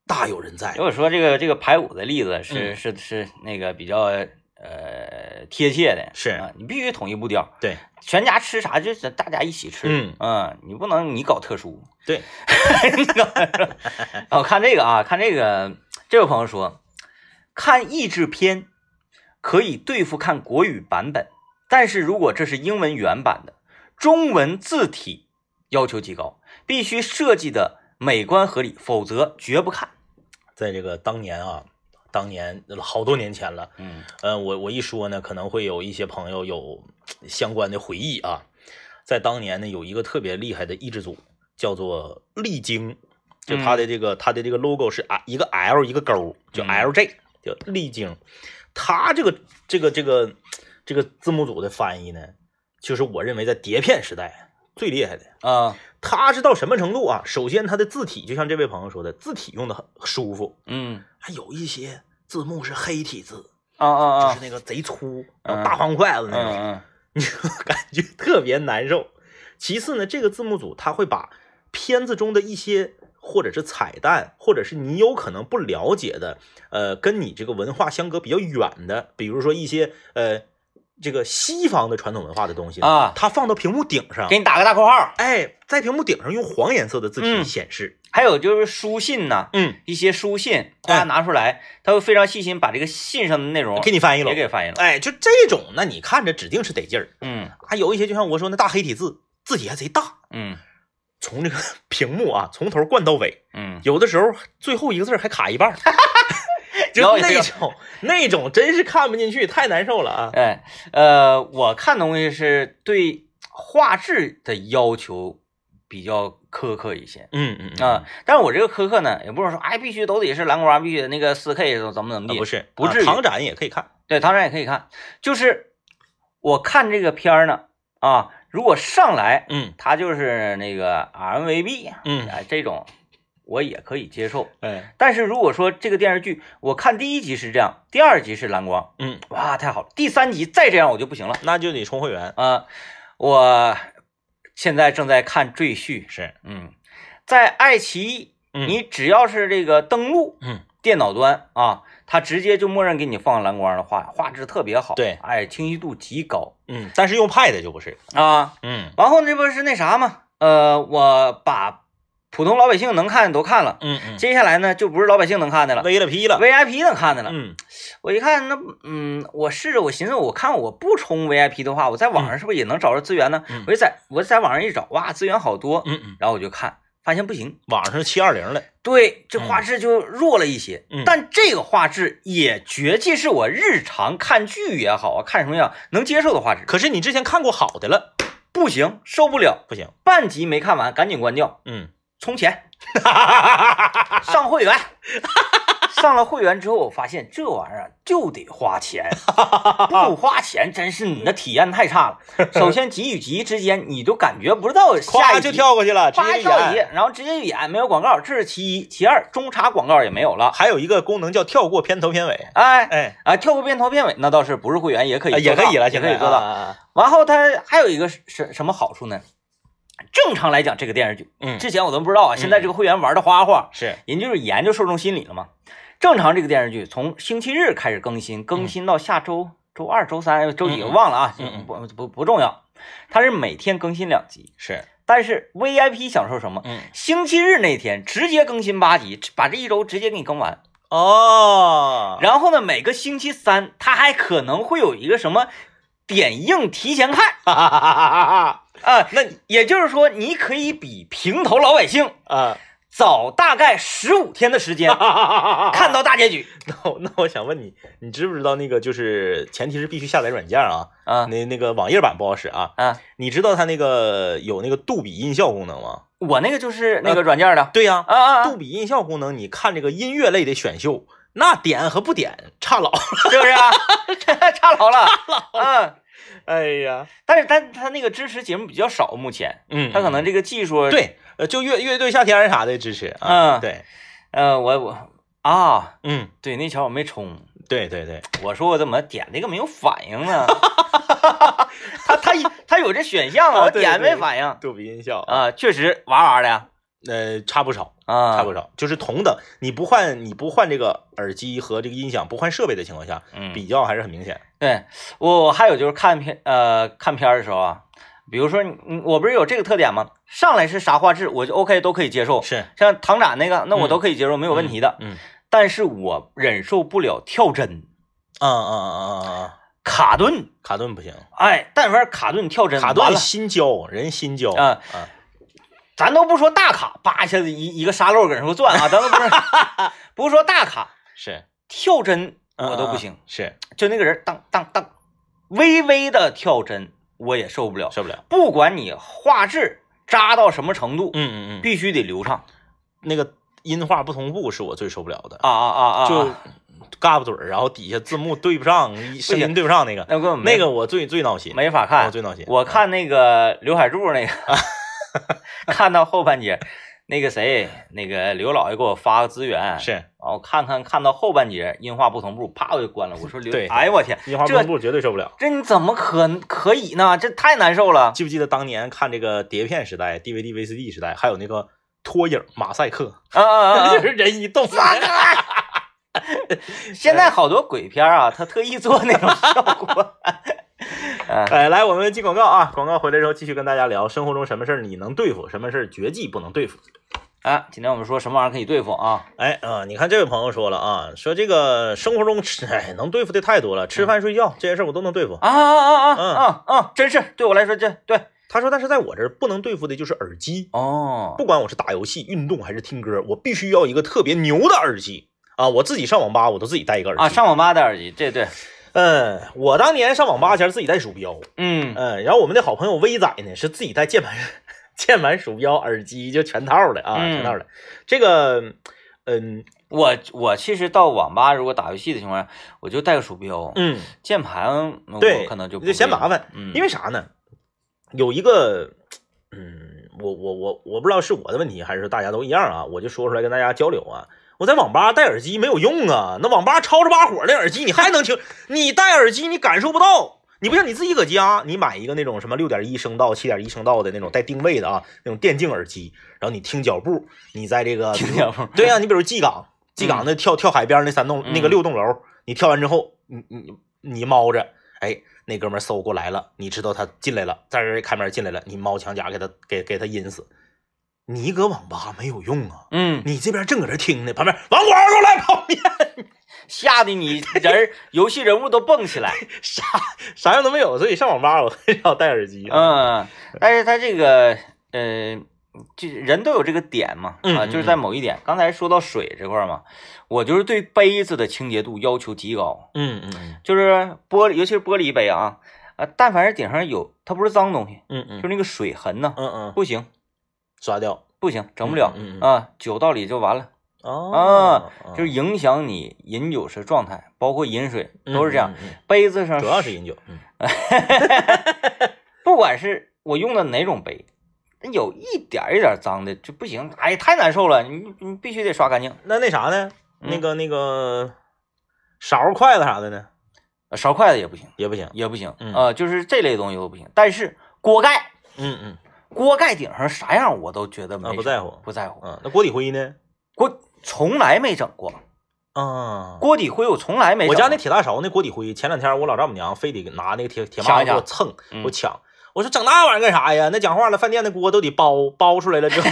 [SPEAKER 2] 大有人在
[SPEAKER 1] 如。果说这个这个排骨的例子是、
[SPEAKER 2] 嗯
[SPEAKER 1] 是是那个比较呃贴切的，
[SPEAKER 2] 是
[SPEAKER 1] 啊，你必须统一步调，
[SPEAKER 2] 对
[SPEAKER 1] 全家吃啥就是大家一起吃，
[SPEAKER 2] 嗯
[SPEAKER 1] 你不能你搞特殊，
[SPEAKER 2] 对，
[SPEAKER 1] 你搞特殊。啊我看这个啊，看这个这位朋友说，看译制片可以对付看国语版本，但是如果这是英文原版的，中文字体要求极高，必须设计的美观合理，否则绝不看。
[SPEAKER 2] 在这个当年啊，当年呃好多年前了，
[SPEAKER 1] 嗯
[SPEAKER 2] 呃，我我一说呢，可能会有一些朋友有呃相关的回忆啊。在当年呢，有一个特别厉害的译制组，叫做丽晶，就它的这个、它的这个 logo 是啊一个 L 一个勾，就
[SPEAKER 1] 嗯
[SPEAKER 2] LJ，、叫丽晶。它这个这个这个这个字幕组的翻译呢，就是我认为在碟片时代最厉害的。
[SPEAKER 1] 啊，
[SPEAKER 2] 它是到什么程度啊？首先，它的字体就像这位朋友说的，字体用的很舒服，
[SPEAKER 1] 嗯
[SPEAKER 2] 还有一些字幕是黑体字，
[SPEAKER 1] 啊啊
[SPEAKER 2] 就
[SPEAKER 1] 啊
[SPEAKER 2] 是，那个贼粗，
[SPEAKER 1] 嗯
[SPEAKER 2] 然后大方筷子
[SPEAKER 1] 嗯
[SPEAKER 2] 那种，
[SPEAKER 1] 嗯
[SPEAKER 2] 你就感觉特别难受。其次呢，这个字幕组他会把片子中的一些或者是彩蛋，或者是你有可能不了解的，呃，跟你这个文化相隔比较远的，比如说一些呃这个西方的传统文化的东西呢
[SPEAKER 1] 啊
[SPEAKER 2] 它放到屏幕顶上
[SPEAKER 1] 给，你打个大括号。
[SPEAKER 2] 哎，在屏幕顶上用黄颜色的字体
[SPEAKER 1] 嗯
[SPEAKER 2] 显示，
[SPEAKER 1] 还有就是书信呐、
[SPEAKER 2] 嗯，
[SPEAKER 1] 一些书信，他
[SPEAKER 2] 哎
[SPEAKER 1] 拿出来，他会非常细心把这个信上的内容
[SPEAKER 2] 给你翻译了
[SPEAKER 1] 也。给翻译了。
[SPEAKER 2] 哎，就这种，那你看着指定是得劲儿。
[SPEAKER 1] 嗯
[SPEAKER 2] 啊，有一些就像我说那大黑体字，字体还贼大，
[SPEAKER 1] 嗯
[SPEAKER 2] 从这个 屏幕啊从头灌到尾，
[SPEAKER 1] 嗯，
[SPEAKER 2] 有的时候最后一个字儿还卡 一半儿，就
[SPEAKER 1] 有有
[SPEAKER 2] 那
[SPEAKER 1] 有
[SPEAKER 2] 种那种真是看不进去，太难受了啊！
[SPEAKER 1] 哎呃，我看东西是对画质的要求比较苛刻一些。
[SPEAKER 2] 嗯嗯嗯
[SPEAKER 1] 啊，但是我这个苛刻呢，也不是说哎必须都得是蓝光，必须得那个四 K 怎么怎么
[SPEAKER 2] 啊
[SPEAKER 1] 地，
[SPEAKER 2] 不是
[SPEAKER 1] 不
[SPEAKER 2] 啊
[SPEAKER 1] 至于
[SPEAKER 2] 唐展也可以看，
[SPEAKER 1] 对，当然也可以看，就是我看这个片儿呢，啊，如果上来
[SPEAKER 2] 嗯
[SPEAKER 1] 它就是那个 RMVB，
[SPEAKER 2] 嗯
[SPEAKER 1] 哎，这种我也可以接受。
[SPEAKER 2] 哎
[SPEAKER 1] 但是如果说这个电视剧，我看第一集是这样，第二集是蓝光，
[SPEAKER 2] 嗯，
[SPEAKER 1] 哇，太好了，第三集再这样我就不行了
[SPEAKER 2] 那就得充会员
[SPEAKER 1] 啊、我现在正在看《赘婿》，
[SPEAKER 2] 是，
[SPEAKER 1] 嗯，在爱奇艺，
[SPEAKER 2] 嗯
[SPEAKER 1] 你只要是这个登录，
[SPEAKER 2] 嗯
[SPEAKER 1] 电脑端啊，它直接就默认给你放蓝光的画，画质特别好，
[SPEAKER 2] 对
[SPEAKER 1] 哎，清晰度极高
[SPEAKER 2] 嗯，但是用 Pad 就不是，
[SPEAKER 1] 啊。
[SPEAKER 2] 嗯
[SPEAKER 1] 然后这不是那啥吗？呃，我把普通老百姓能看的都看了，
[SPEAKER 2] 嗯嗯，
[SPEAKER 1] 接下来呢就不是老百姓能看的了
[SPEAKER 2] 微了批了，
[SPEAKER 1] ，VIP 能看的了。
[SPEAKER 2] 嗯
[SPEAKER 1] 我一看，那嗯，我试着我寻思，我看我不充 VIP 的话，我在网上是不是也能找着资源呢？
[SPEAKER 2] 嗯
[SPEAKER 1] 我就在我在网上一找，哇，资源好多，
[SPEAKER 2] 嗯嗯
[SPEAKER 1] 然后我就看，发发现不行，
[SPEAKER 2] 网上是七二零了，
[SPEAKER 1] 对，这画质就弱了一些。
[SPEAKER 2] 嗯
[SPEAKER 1] 但这个画质也绝技是我日常看剧也好啊，看什么呀能接受的画质。
[SPEAKER 2] 可是你之前看过好的了，
[SPEAKER 1] 不行，受不了，
[SPEAKER 2] 不行，
[SPEAKER 1] 半集没看完，赶紧关掉，
[SPEAKER 2] 嗯，
[SPEAKER 1] 充钱上会员。上了会员之后，我发现这玩意儿啊就得花钱，不花钱真是你的体验太差了。首先集与集之间，你都感觉不知道下
[SPEAKER 2] 咵
[SPEAKER 1] 一集
[SPEAKER 2] 就跳过去了，直
[SPEAKER 1] 八
[SPEAKER 2] 接
[SPEAKER 1] 跳
[SPEAKER 2] 演
[SPEAKER 1] 一，然后直接演，没有广告，这是其一，其二中插广告也没有了。
[SPEAKER 2] 还有一个功能叫跳过片头片尾，
[SPEAKER 1] 哎
[SPEAKER 2] 哎，
[SPEAKER 1] 啊，跳过片头片尾，那倒是不是会员也可以做
[SPEAKER 2] 也
[SPEAKER 1] 到，
[SPEAKER 2] 可以了，
[SPEAKER 1] 也
[SPEAKER 2] 现
[SPEAKER 1] 可
[SPEAKER 2] 在
[SPEAKER 1] 以做
[SPEAKER 2] 啊
[SPEAKER 1] 到。
[SPEAKER 2] 啊啊
[SPEAKER 1] 然后它还有一个是是什么好处呢？正常来讲，这个电视剧
[SPEAKER 2] 嗯，
[SPEAKER 1] 之前我都不知道啊，现在这个会员玩的花花，
[SPEAKER 2] 是
[SPEAKER 1] 人就是研究受众心理了嘛。正常这个电视剧从星期日开始更新，更新到下周周二、周三、周几
[SPEAKER 2] 嗯
[SPEAKER 1] 个
[SPEAKER 2] 嗯
[SPEAKER 1] 忘了啊
[SPEAKER 2] 嗯嗯，
[SPEAKER 1] 不不不重要。它是每天更新两集，
[SPEAKER 2] 是，
[SPEAKER 1] 但是 VIP 享受什么？
[SPEAKER 2] 嗯，
[SPEAKER 1] 星期日那天直接更新八集，把这一周直接给你更完。
[SPEAKER 2] 哦，
[SPEAKER 1] 然后呢，每个星期三他还可能会有一个什么点映提前看
[SPEAKER 2] 哈 哈哈哈哈
[SPEAKER 1] 啊、那也就是说，你可以比平头老百姓
[SPEAKER 2] 哈啊，
[SPEAKER 1] 早大概十五天的时间看到大结局
[SPEAKER 2] 那我那我想问你，你知不知道那个就是前提是必须下载软件啊，
[SPEAKER 1] 啊
[SPEAKER 2] 那那个网页版不好使啊，
[SPEAKER 1] 啊！
[SPEAKER 2] 你知道它那个有那个杜比音效功能吗？
[SPEAKER 1] 我那个就是那个软件的
[SPEAKER 2] 对呀、
[SPEAKER 1] 啊啊，啊
[SPEAKER 2] 杜比音效功能，你看这个音乐类的选秀，那点和不点差 老。
[SPEAKER 1] 是不是啊？差老了，嗯。
[SPEAKER 2] 哎呀，
[SPEAKER 1] 但是但他那个支持节目比较少，目前
[SPEAKER 2] 嗯，
[SPEAKER 1] 他可能这个技术，
[SPEAKER 2] 对，呃，就乐乐队夏天啥的支持啊，
[SPEAKER 1] 嗯
[SPEAKER 2] 对，
[SPEAKER 1] 呃，我我啊，
[SPEAKER 2] 嗯，
[SPEAKER 1] 对，那桥我没充，
[SPEAKER 2] 对对对，
[SPEAKER 1] 我说我怎么点那个没有反应呢？他他他有这选项啊，
[SPEAKER 2] 啊
[SPEAKER 1] 我
[SPEAKER 2] 对
[SPEAKER 1] 点
[SPEAKER 2] 对
[SPEAKER 1] 没反应
[SPEAKER 2] 杜比音效，
[SPEAKER 1] 啊，确实哇哇的呀
[SPEAKER 2] 呃，差不少，
[SPEAKER 1] 啊，
[SPEAKER 2] 差不少，就是同等，你不换你不换这个耳机和这个音响，不换设备的情况下，
[SPEAKER 1] 嗯，
[SPEAKER 2] 比较还是很明显。
[SPEAKER 1] 对我我还有就是看片呃看片儿的时候啊，比如说你你我不是有这个特点吗？上来是啥画质我就 OK 都可以接受，
[SPEAKER 2] 是，
[SPEAKER 1] 像唐展那个那我都可以接受，没有
[SPEAKER 2] 有
[SPEAKER 1] 问题的，
[SPEAKER 2] 嗯，
[SPEAKER 1] 但是我忍受不了跳帧
[SPEAKER 2] 啊啊啊啊啊啊，
[SPEAKER 1] 卡顿，
[SPEAKER 2] 卡顿不行，
[SPEAKER 1] 哎，但凡卡顿跳帧，
[SPEAKER 2] 卡
[SPEAKER 1] 完
[SPEAKER 2] 顿
[SPEAKER 1] 了，
[SPEAKER 2] 心焦，人心焦
[SPEAKER 1] 啊
[SPEAKER 2] 啊，
[SPEAKER 1] 咱都不说大卡，叭一下子一一个沙漏搁那块转啊，咱都不 是不是说大卡。
[SPEAKER 2] 是，
[SPEAKER 1] 跳帧
[SPEAKER 2] 嗯
[SPEAKER 1] 我都不行，，
[SPEAKER 2] 嗯嗯是
[SPEAKER 1] 就那个人当当当，微微的跳帧我也受不了。
[SPEAKER 2] 受不了。
[SPEAKER 1] 不管你画质扎到什么程度，
[SPEAKER 2] 嗯嗯嗯，
[SPEAKER 1] 必须得流畅
[SPEAKER 2] 那个音画不同步是我最受不了的，
[SPEAKER 1] 啊啊啊啊！
[SPEAKER 2] 就嘎巴嘴儿，然后底下字幕对不上，一声音对不上那个，
[SPEAKER 1] 那个
[SPEAKER 2] 那个我最最闹心，
[SPEAKER 1] 没法
[SPEAKER 2] 我
[SPEAKER 1] 看。
[SPEAKER 2] 最闹心。
[SPEAKER 1] 我看那个刘海柱 那个，看到后半截，那个谁，那个刘老爷给我发个资源，
[SPEAKER 2] 是
[SPEAKER 1] 然后看看看到后半截音画不同步，啪我就关了。我说刘
[SPEAKER 2] 对，
[SPEAKER 1] 哎呦我天，
[SPEAKER 2] 音画不
[SPEAKER 1] 这
[SPEAKER 2] 同步绝对受不了。
[SPEAKER 1] 这你怎么可可以呢？这太难受了。
[SPEAKER 2] 记不记得当年看这个碟片时代、DVD、VCD 时代，还有那个拖影马赛 克，
[SPEAKER 1] 啊啊啊！啊
[SPEAKER 2] 就是人一 动，
[SPEAKER 1] 现在好多鬼片啊，他特意做那种效 果。
[SPEAKER 2] 哎，来，我们进广告啊！广告回来之后，继续跟大家聊生活中什么事儿你能对付，什么事儿绝技不能对付。
[SPEAKER 1] 啊，今天我们说什么玩意儿可以对付啊？
[SPEAKER 2] 哎啊、你看这位朋友说了啊，说这个生活中吃，哎，能对付的太多了，吃饭睡觉这些事儿我都能对付。
[SPEAKER 1] 啊啊啊
[SPEAKER 2] 嗯
[SPEAKER 1] 啊啊啊！真是对我来说，这对
[SPEAKER 2] 他说，但是在我这儿不能对付的就是耳机，
[SPEAKER 1] 哦，
[SPEAKER 2] 不管我是打游戏、运动还是听歌，我必须要一个特别牛的耳机啊！我自己上网吧我都自己带一个耳机
[SPEAKER 1] 啊，上网吧的耳机，这对，
[SPEAKER 2] 嗯，我当年上网吧前自己带鼠标，
[SPEAKER 1] 嗯
[SPEAKER 2] 嗯，然后我们的好朋友威仔呢是自己带键盘、 键盘、鼠标、耳机就全套的啊，
[SPEAKER 1] 嗯
[SPEAKER 2] 全套的。这个，嗯
[SPEAKER 1] 我我其实到网吧如果打游戏的情况下，我就带个鼠标，
[SPEAKER 2] 嗯，
[SPEAKER 1] 键盘我
[SPEAKER 2] 对，
[SPEAKER 1] 可能就不
[SPEAKER 2] 就嫌
[SPEAKER 1] 会
[SPEAKER 2] 麻烦，
[SPEAKER 1] 嗯，
[SPEAKER 2] 因为啥呢？有一个，嗯，我我我我不知道是我的问题还是大家都一样啊，我就说出来跟大家交流啊。我在网吧戴耳机没有用啊，那网吧吵着把火的耳机你还能听， 你戴耳机你感受不到。你不像你自己搁家，你买一个那种什么六点一声道、七点一声道的那种带定位的啊，那种电竞耳机，然后你听脚步，你在这个
[SPEAKER 1] 听见不？
[SPEAKER 2] 对呀、啊你比如纪港，纪港那跳、跳海边那三栋那个
[SPEAKER 1] 嗯
[SPEAKER 2] 六栋楼，你跳完之后，你你你猫着，哎，那哥们儿搜过来了，你知道他进来了，在这儿开门进来了，你猫墙甲给他给给他阴死。你搁网吧没有用啊，
[SPEAKER 1] 嗯，
[SPEAKER 2] 你这边正搁这听呢，旁边网管给我来泡面，
[SPEAKER 1] 吓得你人儿游戏人物都蹦起 来，
[SPEAKER 2] 啥啥啊样都没有，所以上网吧我很少戴耳机。
[SPEAKER 1] 嗯，但是他这个呃，就人都有这个点嘛，
[SPEAKER 2] 嗯
[SPEAKER 1] 啊，
[SPEAKER 2] 嗯
[SPEAKER 1] 就是在某一点，刚才说到水这块儿嘛，我就是对杯子的清洁度要求极高，
[SPEAKER 2] 嗯嗯
[SPEAKER 1] 就是玻璃，尤其是玻璃杯啊，啊，但凡是顶上有，它不是脏东西，
[SPEAKER 2] 嗯
[SPEAKER 1] 就
[SPEAKER 2] 嗯
[SPEAKER 1] 那个水痕呐，
[SPEAKER 2] 嗯嗯，
[SPEAKER 1] 不行
[SPEAKER 2] 刷掉
[SPEAKER 1] 不行，整不了
[SPEAKER 2] 嗯嗯嗯
[SPEAKER 1] 啊，酒到里就完了，
[SPEAKER 2] 哦
[SPEAKER 1] 啊就
[SPEAKER 2] 就是
[SPEAKER 1] 影响你饮酒时状态，包括饮水都是这样，，
[SPEAKER 2] 嗯嗯
[SPEAKER 1] 杯子上
[SPEAKER 2] 嗯主要是饮酒，嗯
[SPEAKER 1] 不管是我用的哪种杯，那有一点儿一点儿脏的就不行，哎，太难受了，你你必须得刷干净。
[SPEAKER 2] 那那啥呢？
[SPEAKER 1] 嗯
[SPEAKER 2] 那个那个勺、筷子啥的呢？
[SPEAKER 1] 呃勺筷子也不行，
[SPEAKER 2] 也不行。
[SPEAKER 1] 也不行，
[SPEAKER 2] 嗯
[SPEAKER 1] 呃，就是这类东西都不行。但是锅盖，
[SPEAKER 2] 嗯嗯，
[SPEAKER 1] 锅盖顶上啥样我都觉得没、
[SPEAKER 2] 啊不在乎
[SPEAKER 1] 不在乎。
[SPEAKER 2] 嗯，那锅底灰呢？
[SPEAKER 1] 锅从来没整过，
[SPEAKER 2] 啊，
[SPEAKER 1] 锅底灰我从来没整过。
[SPEAKER 2] 我家那铁大勺那锅底灰，前两天我老丈母娘非得拿那个铁铁
[SPEAKER 1] 抢
[SPEAKER 2] 妈
[SPEAKER 1] 一
[SPEAKER 2] 给我
[SPEAKER 1] 抢
[SPEAKER 2] 蹭，
[SPEAKER 1] 嗯
[SPEAKER 2] 给我抢。我说整那玩意儿干啥呀？那讲话了，饭店的锅都得包包出来 了之后，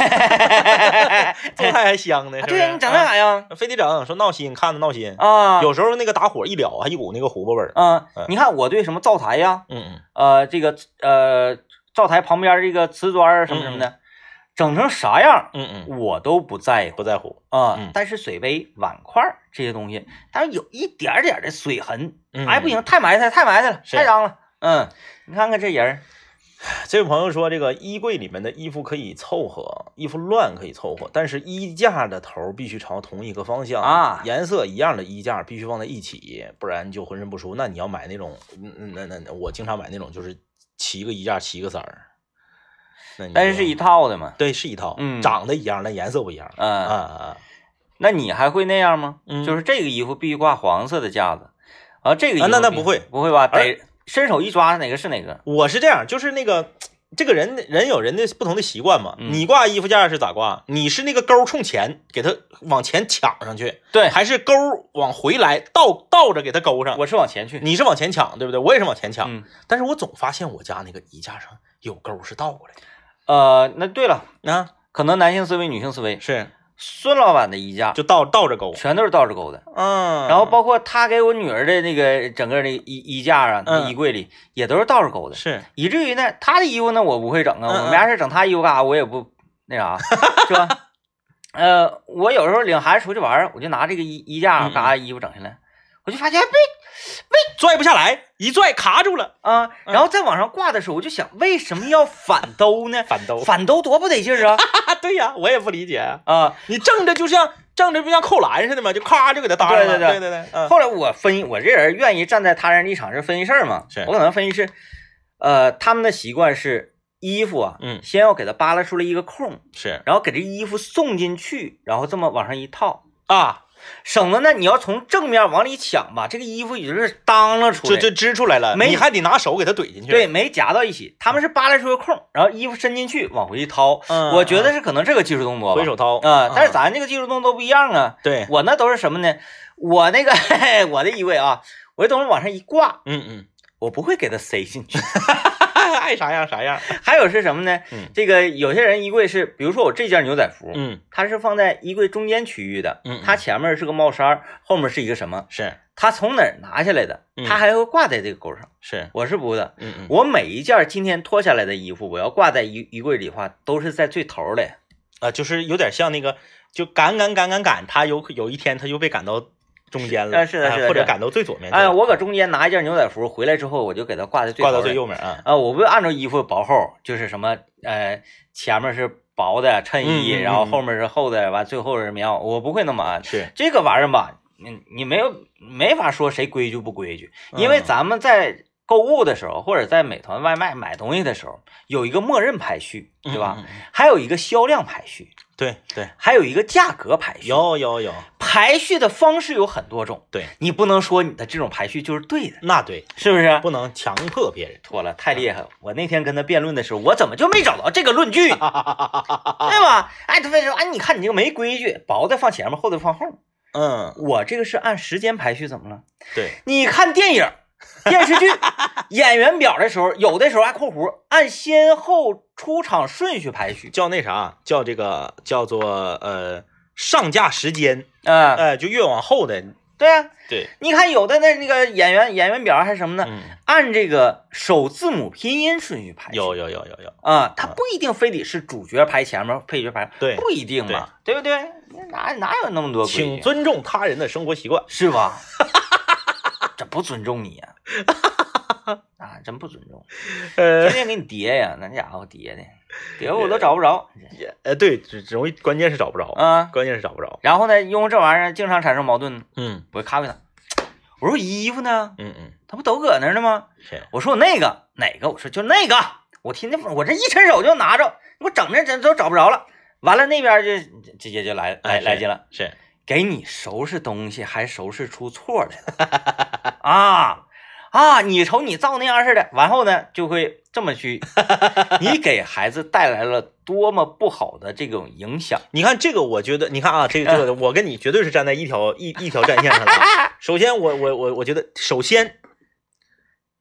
[SPEAKER 2] 做菜还香呢。
[SPEAKER 1] 啊
[SPEAKER 2] 是不
[SPEAKER 1] 哎对
[SPEAKER 2] 是
[SPEAKER 1] 呀，你整那
[SPEAKER 2] 啊
[SPEAKER 1] 啥呀？
[SPEAKER 2] 非得整，说闹心，看着闹心。
[SPEAKER 1] 啊，
[SPEAKER 2] 有时候那个打火一燎，还一股那个胡巴味儿。
[SPEAKER 1] 啊、
[SPEAKER 2] 嗯
[SPEAKER 1] 你看我对什么灶台呀，
[SPEAKER 2] 嗯嗯，
[SPEAKER 1] 呃，这个呃，灶台旁边这个瓷砖儿什么什么的，整成啥样
[SPEAKER 2] 嗯嗯，
[SPEAKER 1] 我都不在乎
[SPEAKER 2] 不在乎。
[SPEAKER 1] 啊、
[SPEAKER 2] 嗯
[SPEAKER 1] 但是水杯、碗筷儿这些东西，它有一点儿点儿的水痕，
[SPEAKER 2] 嗯
[SPEAKER 1] 哎，不行，太埋汰，太埋汰了，
[SPEAKER 2] 是嗯
[SPEAKER 1] 太脏了。嗯，你看看这人儿，
[SPEAKER 2] 这位朋友说，这个衣柜里面的衣服可以凑合，衣服乱可以凑合，但是衣架的头儿必须朝同一个方向
[SPEAKER 1] 啊
[SPEAKER 2] 颜色一样的衣架必须放在一起，不然就浑身不舒服。那你要买那种，嗯嗯那那那我经常买那种，就是七个衣架七个色儿，那你
[SPEAKER 1] 但
[SPEAKER 2] 就是
[SPEAKER 1] 是一套的嘛。
[SPEAKER 2] 对是一套，
[SPEAKER 1] 嗯
[SPEAKER 2] 长得一样，但颜色不一样。
[SPEAKER 1] 嗯、
[SPEAKER 2] 啊啊，
[SPEAKER 1] 那你还会那样吗？
[SPEAKER 2] 嗯
[SPEAKER 1] 就是这个衣服必须挂黄色的架子，啊，这个衣服
[SPEAKER 2] 啊那那
[SPEAKER 1] 必
[SPEAKER 2] 不会
[SPEAKER 1] 不会吧？
[SPEAKER 2] 而
[SPEAKER 1] 得伸手一抓，哪个是哪个？
[SPEAKER 2] 我是这样，就是那个。这个人人有人的不同的习惯嘛，
[SPEAKER 1] 嗯
[SPEAKER 2] 你挂衣服架是咋挂？你是那个钩儿冲前，给它往前抢上去，
[SPEAKER 1] 对，
[SPEAKER 2] 还是钩儿往回来倒倒着给它勾上。
[SPEAKER 1] 我是往前去。
[SPEAKER 2] 你是往前抢，对不对？我也是往前抢，
[SPEAKER 1] 嗯，
[SPEAKER 2] 但是我总发现我家那个衣架上有钩儿是倒过来
[SPEAKER 1] 呃，那对了，
[SPEAKER 2] 的啊，
[SPEAKER 1] 可能男性思维、女性思维，
[SPEAKER 2] 是
[SPEAKER 1] 孙老板的衣架
[SPEAKER 2] 就倒倒着勾，
[SPEAKER 1] 全都是倒着勾的，
[SPEAKER 2] 嗯，
[SPEAKER 1] 然后包括他给我女儿的那个整个那个衣衣架啊，那
[SPEAKER 2] 嗯
[SPEAKER 1] 衣柜里也都是倒着勾的。
[SPEAKER 2] 是
[SPEAKER 1] 以至于呢，他的衣服呢我不会整啊，
[SPEAKER 2] 嗯嗯
[SPEAKER 1] 我没啥事整他衣服干啥，我也不那啥，是 吧？呃，我有时候领孩子出去玩儿，我就拿这个衣衣架
[SPEAKER 2] 嗯嗯
[SPEAKER 1] 嘎衣服整下来，我就发现哎
[SPEAKER 2] 拽不下来，一拽卡住了，？
[SPEAKER 1] 被啊，然后再往上挂的时候，我就想为什么要反兜呢
[SPEAKER 2] 反兜。
[SPEAKER 1] 反兜多不得劲儿啊！
[SPEAKER 2] 啊，对呀，我也不理解啊，
[SPEAKER 1] 啊，
[SPEAKER 2] 你正着就像正着不像扣篮似的嘛，就咔就给它搭上
[SPEAKER 1] 对
[SPEAKER 2] 了，
[SPEAKER 1] 对
[SPEAKER 2] 对对对，嗯
[SPEAKER 1] 后来我分我这人愿意站在他人立场是分析事儿嘛
[SPEAKER 2] 是，
[SPEAKER 1] 我可能分析是，呃，他们的习惯是衣服啊，
[SPEAKER 2] 嗯
[SPEAKER 1] 先要给它扒拉出来一个空，
[SPEAKER 2] 是
[SPEAKER 1] 然后给这衣服送进去，然后这么往上一套，
[SPEAKER 2] 啊，
[SPEAKER 1] 省得呢，你要从正面往里抢吧，这个衣服也就是当了出
[SPEAKER 2] 就
[SPEAKER 1] 来，
[SPEAKER 2] 就支出来了，
[SPEAKER 1] 没
[SPEAKER 2] 你还得拿手给它怼进去。
[SPEAKER 1] 对，，没夹到一起。他们是扒拉出个空，然后衣服伸进去往回一掏。
[SPEAKER 2] 嗯
[SPEAKER 1] 我觉得是可能这个技术动作吧
[SPEAKER 2] 回手嗯掏嗯
[SPEAKER 1] 啊、但是
[SPEAKER 2] 咱
[SPEAKER 1] 咱这个技术动作不一样啊。
[SPEAKER 2] 对，
[SPEAKER 1] 我那都是什么呢？我那个我的衣柜啊，我这东西往上一挂，
[SPEAKER 2] 嗯嗯，
[SPEAKER 1] 我不会给它塞进去。
[SPEAKER 2] 爱啥样啥样，
[SPEAKER 1] 还有是什么呢？
[SPEAKER 2] 嗯
[SPEAKER 1] 这个有些人衣柜是，比如说我这件牛仔服，
[SPEAKER 2] 嗯
[SPEAKER 1] 它是放在衣柜中间区域的，
[SPEAKER 2] 嗯嗯
[SPEAKER 1] 它前面是个帽衫儿，后面是一个什么？
[SPEAKER 2] 是
[SPEAKER 1] 它从哪儿拿下来的？
[SPEAKER 2] 嗯
[SPEAKER 1] 它还会挂在这个钩上。
[SPEAKER 2] 是，
[SPEAKER 1] 我是不的，
[SPEAKER 2] 嗯嗯。
[SPEAKER 1] 我每一件今天脱下来的衣服，我要挂在衣衣柜里的话，都是在最头儿嘞。
[SPEAKER 2] 啊，就是有点像那个，就赶赶赶赶赶，他有有一天他就被赶到中间了，
[SPEAKER 1] 啊是的
[SPEAKER 2] 哎
[SPEAKER 1] 是的
[SPEAKER 2] 或
[SPEAKER 1] 是
[SPEAKER 2] 者
[SPEAKER 1] 的
[SPEAKER 2] 赶到最左面去了。
[SPEAKER 1] 哎，我搁中间拿一件牛仔服回来之后，我就给它挂在最
[SPEAKER 2] 挂
[SPEAKER 1] 头
[SPEAKER 2] 到
[SPEAKER 1] 儿嘞
[SPEAKER 2] 最右面啊，
[SPEAKER 1] 啊、我不按照衣服薄厚，就是什么呃，前面是薄的衬衣，
[SPEAKER 2] 嗯嗯嗯
[SPEAKER 1] 然后后面是厚的，完最后是棉袄，我不会那么按。
[SPEAKER 2] 是
[SPEAKER 1] 这个玩意儿吧，你你没有没法说谁规矩不规矩，因为
[SPEAKER 2] 嗯
[SPEAKER 1] 咱们在购物的时候，或者在美团外卖买东西的时候，有一个默认排序，对吧？
[SPEAKER 2] 嗯嗯嗯
[SPEAKER 1] 还有一个销量排序，
[SPEAKER 2] 对对，
[SPEAKER 1] 还有一个价格排序。
[SPEAKER 2] 有有有，
[SPEAKER 1] 排序的方式有很多种，
[SPEAKER 2] 对，
[SPEAKER 1] 你不能说你的这种排序就是对的，
[SPEAKER 2] 那对，
[SPEAKER 1] 是不是？
[SPEAKER 2] 不能强迫别人。
[SPEAKER 1] 妥了，太厉害了！我那天跟他辩论的时候，我怎么就没找到这个论据？对吧？哎，他非说，哎，你看你这个没规矩，薄的放前面，厚的放后面。
[SPEAKER 2] 嗯，
[SPEAKER 1] 我这个是按时间排序，怎么了？
[SPEAKER 2] 对，
[SPEAKER 1] 你看电影、电视剧、演员表的时候，有的时候还括弧按先后出场顺序排序。
[SPEAKER 2] 叫那啥，叫这个叫做呃上架时间，哎
[SPEAKER 1] 啊、
[SPEAKER 2] 呃，就越往后的
[SPEAKER 1] 对啊，
[SPEAKER 2] 对，
[SPEAKER 1] 你看有的那那个演员演员表还是什么呢？
[SPEAKER 2] 嗯，
[SPEAKER 1] 按这个首字母拼音顺序排序。
[SPEAKER 2] 有有有有有，
[SPEAKER 1] 啊，它不一定非得是主角排前面，配角排
[SPEAKER 2] 嗯对
[SPEAKER 1] 不一定嘛，对不对？哪哪有那么多规矩
[SPEAKER 2] 请尊重他人的生活习惯。
[SPEAKER 1] 是 吧？这不尊重你呀、啊！真不尊重，天
[SPEAKER 2] 呃
[SPEAKER 1] 天给你叠呀，那家伙叠的，叠我都找不着
[SPEAKER 2] 呃，对，只只容易，关键是找不着，
[SPEAKER 1] 啊。
[SPEAKER 2] 关键是找不着。
[SPEAKER 1] 然后呢，因为这玩意儿经常产生矛盾，
[SPEAKER 2] 嗯
[SPEAKER 1] 我就咖啡他，我说衣服呢？
[SPEAKER 2] 嗯嗯，
[SPEAKER 1] 他不都搁那儿呢吗？
[SPEAKER 2] 是
[SPEAKER 1] 我说我那个哪个？我说就那个。我听见我这一伸手就拿着，你给我整这这都找不着了。完了那边就直接就来来
[SPEAKER 2] 哎是
[SPEAKER 1] 来劲了，
[SPEAKER 2] 是，
[SPEAKER 1] 给你收拾东西还收拾出错来了 啊啊！你瞅你造那样似的，完后呢就会这么 去，你给孩子带来了多么不好的这种影响。
[SPEAKER 2] 你看这个，我觉得，你看啊，这个这
[SPEAKER 1] 嗯
[SPEAKER 2] 个，我跟你绝对是站在一条一一条战线上 的啊。首先我，我我我觉得，首先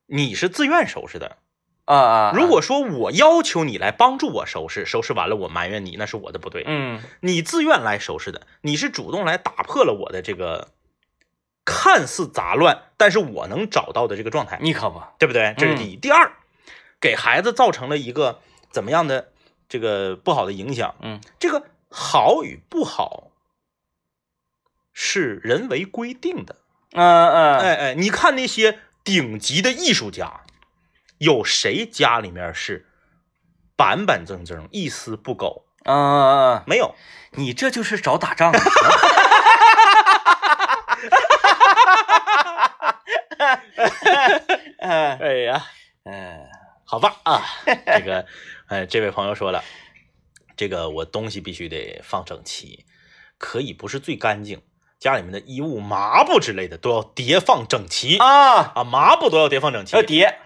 [SPEAKER 2] 你是自愿收拾的。
[SPEAKER 1] 啊啊！
[SPEAKER 2] 如果说我要求你来帮助我收拾，收拾完了我埋怨你，那是我的不对。
[SPEAKER 1] 嗯
[SPEAKER 2] 你自愿来收拾的，你是主动来打破了我的这个看似杂乱，但是我能找到的这个状态，
[SPEAKER 1] 你可不，
[SPEAKER 2] 对不对？这是第一。第二，给孩子造成了一个怎么样的这个不好的影响？
[SPEAKER 1] 嗯，
[SPEAKER 2] 这个好与不好是人为规定的。
[SPEAKER 1] 嗯嗯，
[SPEAKER 2] 哎哎，你看那些顶级的艺术家，有谁家里面是板板正正、一丝不苟？
[SPEAKER 1] 嗯嗯嗯，
[SPEAKER 2] 没有。
[SPEAKER 1] 你这就是找打仗的。啊嗯
[SPEAKER 2] 哎呀，
[SPEAKER 1] 嗯
[SPEAKER 2] 好吧 啊，这个，哎，这位朋友说了，这个我东西必须得放整齐，可以不是最干净，家里面的衣物、抹布之类的都要叠放整齐
[SPEAKER 1] 啊，
[SPEAKER 2] 啊，抹布都要叠放整齐
[SPEAKER 1] 要，叠，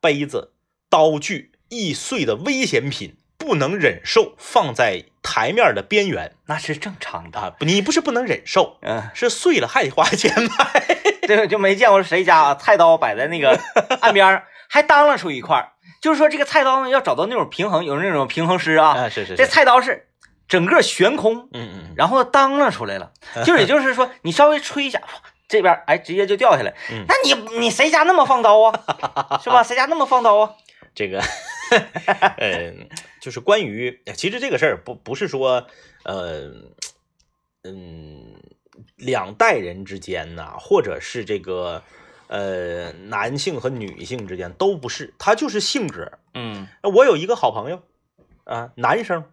[SPEAKER 2] 杯子、刀具、易碎的危险品不能忍受，放在台面的边缘
[SPEAKER 1] 那是正常的。
[SPEAKER 2] 啊，不你不是不能忍受，
[SPEAKER 1] 嗯。
[SPEAKER 2] 是碎了还得花钱买。
[SPEAKER 1] 对，就没见过谁家啊菜刀摆在那个岸边儿，还当啷出一块儿。就是说，这个菜刀呢，要找到那种平衡，有那种平衡师啊。，
[SPEAKER 2] 是是
[SPEAKER 1] 这，菜刀是整个悬空，
[SPEAKER 2] 嗯嗯
[SPEAKER 1] 然后当啷出来了。就也就是说，你稍微吹一下，哗这边儿哎直接就掉下来
[SPEAKER 2] 嗯。
[SPEAKER 1] 那你你谁家那么放刀啊？是吧？谁家那么放刀啊？
[SPEAKER 2] 这个， 呃，就是关于，其实这个事儿不不是说，呃，嗯，两代人之间呐、或者是这个，呃，男性和女性之间都不是，他就是性格。
[SPEAKER 1] 嗯
[SPEAKER 2] 我有一个好朋友，啊、男生，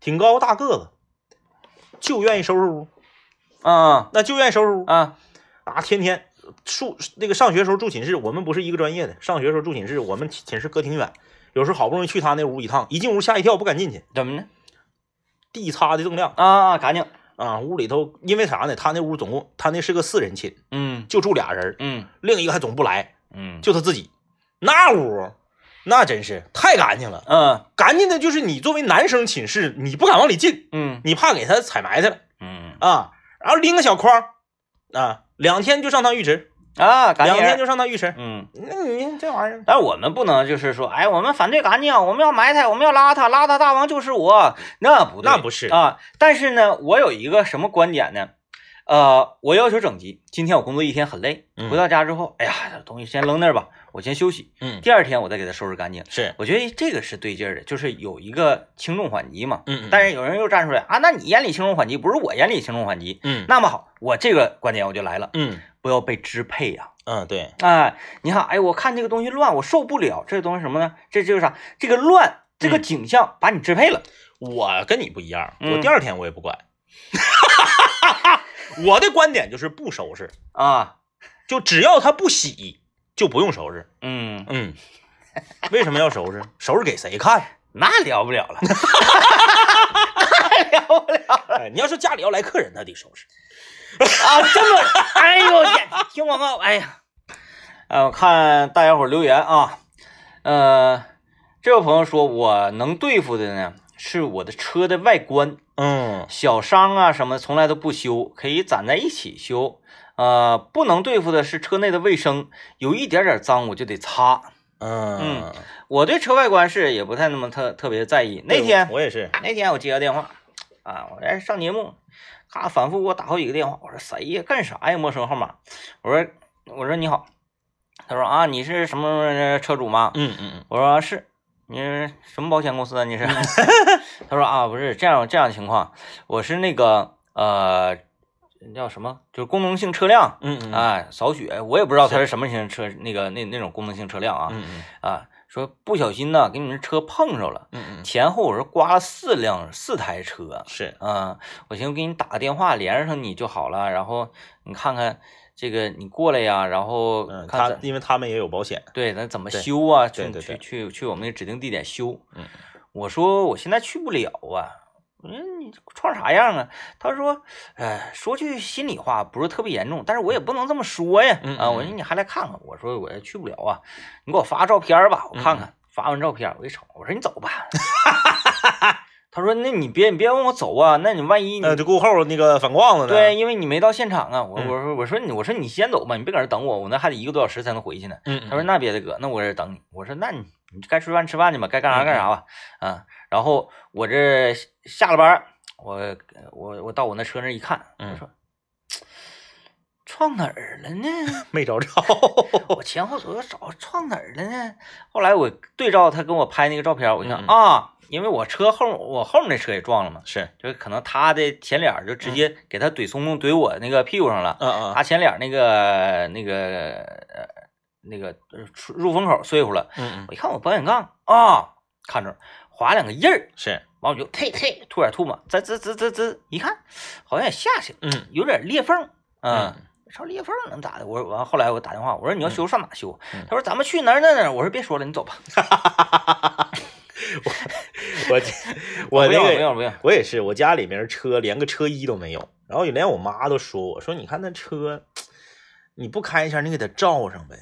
[SPEAKER 2] 挺高大个子，就愿意收拾屋，
[SPEAKER 1] 啊
[SPEAKER 2] 那就愿意收拾屋
[SPEAKER 1] 啊
[SPEAKER 2] 啊，天天住那个上学时候住寝室，我们不是一个专业的，上学时候住寝室，我们寝寝室隔挺远，有时候好不容易去他那屋一趟，一进屋吓一跳，不敢进去，
[SPEAKER 1] 怎么呢？
[SPEAKER 2] 地擦的锃亮
[SPEAKER 1] 啊，干净。
[SPEAKER 2] 啊，屋里头因为啥呢？他那屋总共他那是个四人寝，
[SPEAKER 1] 嗯
[SPEAKER 2] 就住俩人，
[SPEAKER 1] 嗯
[SPEAKER 2] 另一个还总不来，
[SPEAKER 1] 嗯
[SPEAKER 2] 就他自己，那屋那真是太干净了，
[SPEAKER 1] 嗯
[SPEAKER 2] 干净的就是你作为男生寝室，你不敢往里进，
[SPEAKER 1] 嗯
[SPEAKER 2] 你怕给他踩埋汰了
[SPEAKER 1] 嗯
[SPEAKER 2] 啊，然后拎个小筐啊，两天就上趟浴池，
[SPEAKER 1] 啊，干
[SPEAKER 2] 两
[SPEAKER 1] 净。
[SPEAKER 2] 天就上趟浴池。
[SPEAKER 1] 嗯。
[SPEAKER 2] 那你这玩意儿，
[SPEAKER 1] 但是我们不能就是说，哎，我们反对干净，我们要埋汰，我们要邋遢，邋遢大王就是我，那不对
[SPEAKER 2] 那不是
[SPEAKER 1] 啊。但是呢，我有一个什么观点呢？呃，我要求整齐。今天我工作一天很累，
[SPEAKER 2] 嗯
[SPEAKER 1] 回到家之后，哎呀，这东西先扔那儿吧，我先休息。
[SPEAKER 2] 嗯，
[SPEAKER 1] 第二天我再给它收拾干净。
[SPEAKER 2] 是，
[SPEAKER 1] 我觉得这个是对劲儿的，就是有一个轻重缓急嘛。
[SPEAKER 2] 嗯
[SPEAKER 1] 但
[SPEAKER 2] 是，
[SPEAKER 1] 是有人又站出来啊，那你眼里轻重缓急不是我眼里轻重缓急。
[SPEAKER 2] 嗯，
[SPEAKER 1] 那么好，我这个观点我就来了，
[SPEAKER 2] 嗯
[SPEAKER 1] 不要被支配呀、
[SPEAKER 2] 嗯，对，
[SPEAKER 1] 哎，你看，哎，我看这个东西乱，我受不了。这个东西什么呢？这就是啥？这个乱，这
[SPEAKER 2] 嗯
[SPEAKER 1] 个景象把你支配了。
[SPEAKER 2] 我跟你不一样，
[SPEAKER 1] 嗯
[SPEAKER 2] 我第二天我也不管。 我的观点就是不收拾，
[SPEAKER 1] 啊，
[SPEAKER 2] 就只要他不洗，就不用收拾。
[SPEAKER 1] 嗯，
[SPEAKER 2] 嗯，为什么要收拾？收拾给谁 看？
[SPEAKER 1] 那聊不 了了，那聊不了
[SPEAKER 2] 哎，你要是家里要来客人，那得收拾。
[SPEAKER 1] 啊！这么，哎呦我天，听广告，哎呀，呃，我看大家伙儿留言啊，呃，这位朋友说，我能对付的呢是我的车的外观，
[SPEAKER 2] 嗯
[SPEAKER 1] 小伤啊什么从来都不修，可以攒在一起修。呃，不能对付的是车内的卫生，有一点点脏我就得擦。
[SPEAKER 2] 嗯，
[SPEAKER 1] 我对车外观是也不太那么特特别在意。那
[SPEAKER 2] 对
[SPEAKER 1] 天
[SPEAKER 2] 我也是，
[SPEAKER 1] 那天我接个电话，啊，我在上节目，咔反复给我打好几个电话，我说谁呀？干啥呀？陌生号码？我说我说你好，他说啊，你是什么车主吗？
[SPEAKER 2] 嗯嗯嗯，
[SPEAKER 1] 我说是，你是什么保险公司啊？你是？他说啊，不是这样这样情况，我是那个呃叫什么，就是功能性车辆，
[SPEAKER 2] 嗯嗯
[SPEAKER 1] 哎，扫雪，我也不知道它是什么型车，那个那那种功能性车辆啊，
[SPEAKER 2] 嗯嗯
[SPEAKER 1] 啊，说不小心呢给你们车碰着了，
[SPEAKER 2] 嗯嗯，
[SPEAKER 1] 前后我是刮了四辆四台车，
[SPEAKER 2] 是，
[SPEAKER 1] 嗯，我寻思给你打个电话连上你就好了，然后你看看这个你过来呀，然后
[SPEAKER 2] 嗯，
[SPEAKER 1] 看
[SPEAKER 2] 他
[SPEAKER 1] 咱、
[SPEAKER 2] 因为他们也有保险，
[SPEAKER 1] 对咱怎么
[SPEAKER 2] 对
[SPEAKER 1] 修啊，
[SPEAKER 2] 对
[SPEAKER 1] 去
[SPEAKER 2] 对对
[SPEAKER 1] 去去去我们那指定地点修。
[SPEAKER 2] 嗯，
[SPEAKER 1] 我说我现在去不了啊。我说你撞啥样啊？他说，哎，说句心里话，不是特别严重，但是我也不能这么说呀。
[SPEAKER 2] 嗯
[SPEAKER 1] 啊，
[SPEAKER 2] 嗯
[SPEAKER 1] 我说你还来看看，我说我也去不了啊，你给我发照片吧，我
[SPEAKER 2] 嗯
[SPEAKER 1] 看看。发完照片，我一瞅，我说你走吧。 他说，那你别你别问我走啊，那你万一你
[SPEAKER 2] 那就过后那个反光了呢，
[SPEAKER 1] 对，，因为你没到现场啊。我
[SPEAKER 2] 呃啊嗯
[SPEAKER 1] 我说我说你我说你先走吧，你别搁这等我，我那还得一个多小时才能回去呢。
[SPEAKER 2] 嗯，
[SPEAKER 1] 他说那别的哥，那我这等你。我说那你你该吃饭吃饭去吧，该干啥干啥吧。啊，然后我这下了班儿，我我我到我那车那一看，我
[SPEAKER 2] 嗯
[SPEAKER 1] 说撞哪儿了呢？
[SPEAKER 2] 没找着，
[SPEAKER 1] 我前后左右找撞哪儿了呢？后来我对照他跟我拍那个照片，我一看
[SPEAKER 2] 嗯嗯
[SPEAKER 1] 啊，因为我车后我后面那车也撞了嘛，
[SPEAKER 2] 是，
[SPEAKER 1] 就可能他的前脸儿就直接给他怼松松怼我那个屁股上了。
[SPEAKER 2] 嗯嗯
[SPEAKER 1] 他前脸那个那个呃那个呃出入风口碎乎了，
[SPEAKER 2] 嗯嗯
[SPEAKER 1] 我一看我保险杠啊，看着划两个印儿，
[SPEAKER 2] 是，
[SPEAKER 1] 完我就呸呸吐点吐沫，滋滋滋滋滋，一看好像也下去了，
[SPEAKER 2] 嗯
[SPEAKER 1] 有点裂缝，嗯。烧裂缝能咋的？我说完，后来我打电话，我说你要修上哪修？
[SPEAKER 2] 嗯
[SPEAKER 1] 他说咱们去哪儿哪儿哪儿。我说别说了，你走吧。
[SPEAKER 2] 我我
[SPEAKER 1] 不
[SPEAKER 2] 那
[SPEAKER 1] 用
[SPEAKER 2] 个
[SPEAKER 1] 不用不用，
[SPEAKER 2] 我也是，我家里面车连个车衣都没有，然后连我妈都说我说你看那车，你不开一下，你给它罩上呗，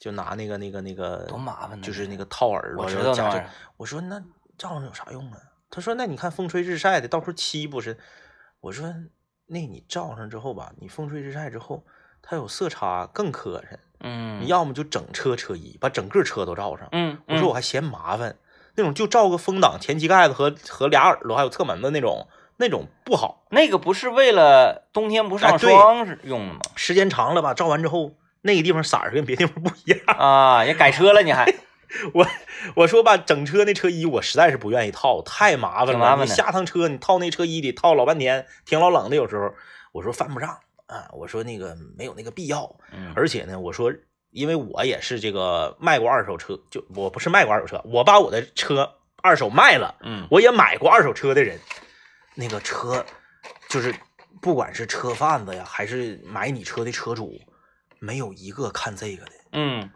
[SPEAKER 2] 就拿那个那个那个
[SPEAKER 1] 多，麻烦呢。
[SPEAKER 2] 就是那个套耳朵，
[SPEAKER 1] 我知
[SPEAKER 2] 然
[SPEAKER 1] 道
[SPEAKER 2] 后
[SPEAKER 1] 那
[SPEAKER 2] 夹
[SPEAKER 1] 玩意
[SPEAKER 2] 着
[SPEAKER 1] 儿。
[SPEAKER 2] 我说那罩上有啥用啊？她说那你看风吹日晒的，到处漆不是？我说那你罩上之后吧，你风吹日晒之后，它有色差更磕碜，
[SPEAKER 1] 嗯，
[SPEAKER 2] 你要么就整车车衣，把整个车都罩上。
[SPEAKER 1] 嗯，
[SPEAKER 2] 我说
[SPEAKER 1] 嗯
[SPEAKER 2] 我还嫌麻烦，那种就照个风挡、前机盖子和和俩耳朵还有侧门的那种，那种不好。
[SPEAKER 1] 那个不是为了冬天不上
[SPEAKER 2] 哎对
[SPEAKER 1] 霜是用的吗？
[SPEAKER 2] 时间长了吧，照完之后那个地方色儿跟别地方不一样。
[SPEAKER 1] 啊，也改车了，你还
[SPEAKER 2] 我说吧，整车那车衣我实在是不愿意套，太麻烦
[SPEAKER 1] 挺
[SPEAKER 2] 了。
[SPEAKER 1] 麻烦
[SPEAKER 2] 你
[SPEAKER 1] 的
[SPEAKER 2] 下趟车你套那车衣得套老半天，挺老冷的。有时候我说犯不上啊，我说那个没有那个必要。
[SPEAKER 1] 嗯
[SPEAKER 2] 而且呢，我说，因为我也是这个卖过二手车，就我不是卖过二手车，我把我的车二手卖了。
[SPEAKER 1] 嗯
[SPEAKER 2] 我也买过二手车的人，那个车就是不管是车贩子呀，还是买你车的车主，没有一个看这个的。
[SPEAKER 1] 嗯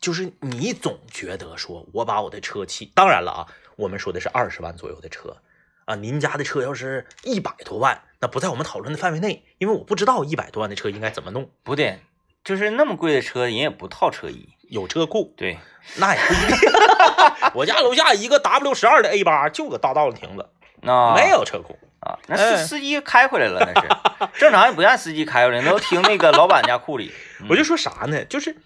[SPEAKER 2] 就是你总觉得说，我把我的车漆，当然了啊，我们说的是二十万左右的车啊，您家的车要是一百多万，那不在我们讨论的范围内，因为我不知道一百多万的车应该怎么弄，
[SPEAKER 1] 不对，就是那么贵的车，人也不套车衣。
[SPEAKER 2] 有车库
[SPEAKER 1] 对，
[SPEAKER 2] 那也不一定。 我家楼下一个 W 十二的 A 八就搁大道上停着，
[SPEAKER 1] 那
[SPEAKER 2] 没有车库。
[SPEAKER 1] 啊，那司
[SPEAKER 2] 哎
[SPEAKER 1] 司机开回来了，那是正常也不让司机开回来，都停那个老板家库里。嗯
[SPEAKER 2] 我就说啥呢？就是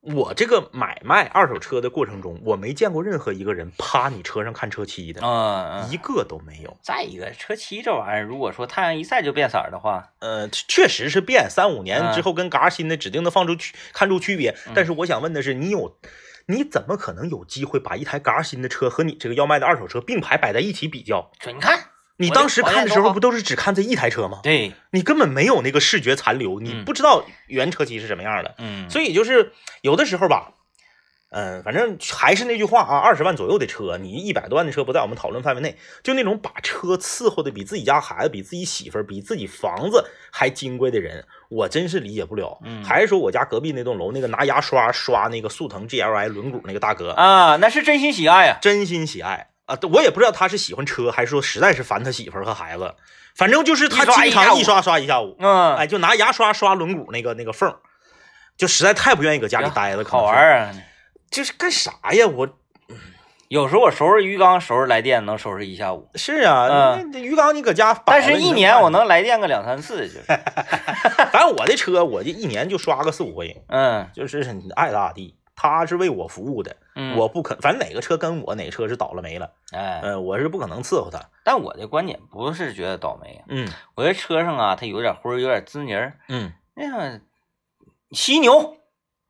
[SPEAKER 2] 我这个买卖二手车的过程中，我没见过任何一个人趴你车上看车漆的，
[SPEAKER 1] 嗯，嗯
[SPEAKER 2] 一个都没有。
[SPEAKER 1] 再一个车漆这玩意儿，如果说太阳一晒就变色儿的话，
[SPEAKER 2] 呃，确实是变，三五年
[SPEAKER 1] 嗯
[SPEAKER 2] 之后跟嘎新的指定能放出区看出区别。但是我想问的是，你有你怎么可能有机会把一台嘎新的车和你这个要卖的二手车并排摆在一起比较？
[SPEAKER 1] 说你看，
[SPEAKER 2] 你
[SPEAKER 1] 我
[SPEAKER 2] 当
[SPEAKER 1] 这
[SPEAKER 2] 时
[SPEAKER 1] 我这
[SPEAKER 2] 看的
[SPEAKER 1] 多
[SPEAKER 2] 时候
[SPEAKER 1] 好
[SPEAKER 2] 不都是只看这一台车吗？
[SPEAKER 1] 对，
[SPEAKER 2] 你根本没有那个视觉残留，你
[SPEAKER 1] 嗯
[SPEAKER 2] 不知道原车漆是什么样的。
[SPEAKER 1] 嗯，
[SPEAKER 2] 所以就是有的时候吧，嗯、反正还是那句话啊，二十万左右的车，你一百多万的车不在我们讨论范围内，就那种把车伺候的比自己家孩子、比自己媳妇儿、比自己房子还金贵的人，我真是理解不了。
[SPEAKER 1] 嗯
[SPEAKER 2] 还是说我家隔壁那栋楼那个拿牙刷刷那个速腾 GLI 轮毂那个大哥，
[SPEAKER 1] 啊，那是真心喜爱呀。
[SPEAKER 2] 真心喜爱。啊，我也不知道他是喜欢车，还是说实在是烦他媳妇儿和孩子，反正就是他
[SPEAKER 1] 一刷
[SPEAKER 2] 经
[SPEAKER 1] 一下
[SPEAKER 2] 常
[SPEAKER 1] 午
[SPEAKER 2] 一刷刷一下午，
[SPEAKER 1] 嗯，
[SPEAKER 2] 哎，就拿牙刷刷轮毂那个那个缝儿，就实在太不愿意搁家里待着，可
[SPEAKER 1] 好
[SPEAKER 2] 能
[SPEAKER 1] 玩
[SPEAKER 2] 是，
[SPEAKER 1] 儿啊。
[SPEAKER 2] 就是干啥呀？我
[SPEAKER 1] 有时候我收拾鱼缸，收拾来电能收拾一下午，
[SPEAKER 2] 是啊，
[SPEAKER 1] 嗯
[SPEAKER 2] 那那鱼缸你搁家摆
[SPEAKER 1] 但
[SPEAKER 2] 着，
[SPEAKER 1] 是
[SPEAKER 2] 你
[SPEAKER 1] 一
[SPEAKER 2] 能
[SPEAKER 1] 年
[SPEAKER 2] 看
[SPEAKER 1] 我，能来电个两三次，就是，
[SPEAKER 2] 反正我的车我就一年就刷个四五回，
[SPEAKER 1] 嗯
[SPEAKER 2] 就是你爱咋咋地，他是为我服务的，
[SPEAKER 1] 嗯，
[SPEAKER 2] 我不肯，反正哪个车跟我，哪个车是倒了霉了，
[SPEAKER 1] 哎，
[SPEAKER 2] 呃，我是不可能伺候他。
[SPEAKER 1] 但我的观点不是觉得倒霉，
[SPEAKER 2] 嗯
[SPEAKER 1] 我觉得车上啊，它有点灰儿，有点滋泥儿，
[SPEAKER 2] 嗯，
[SPEAKER 1] 那样犀牛、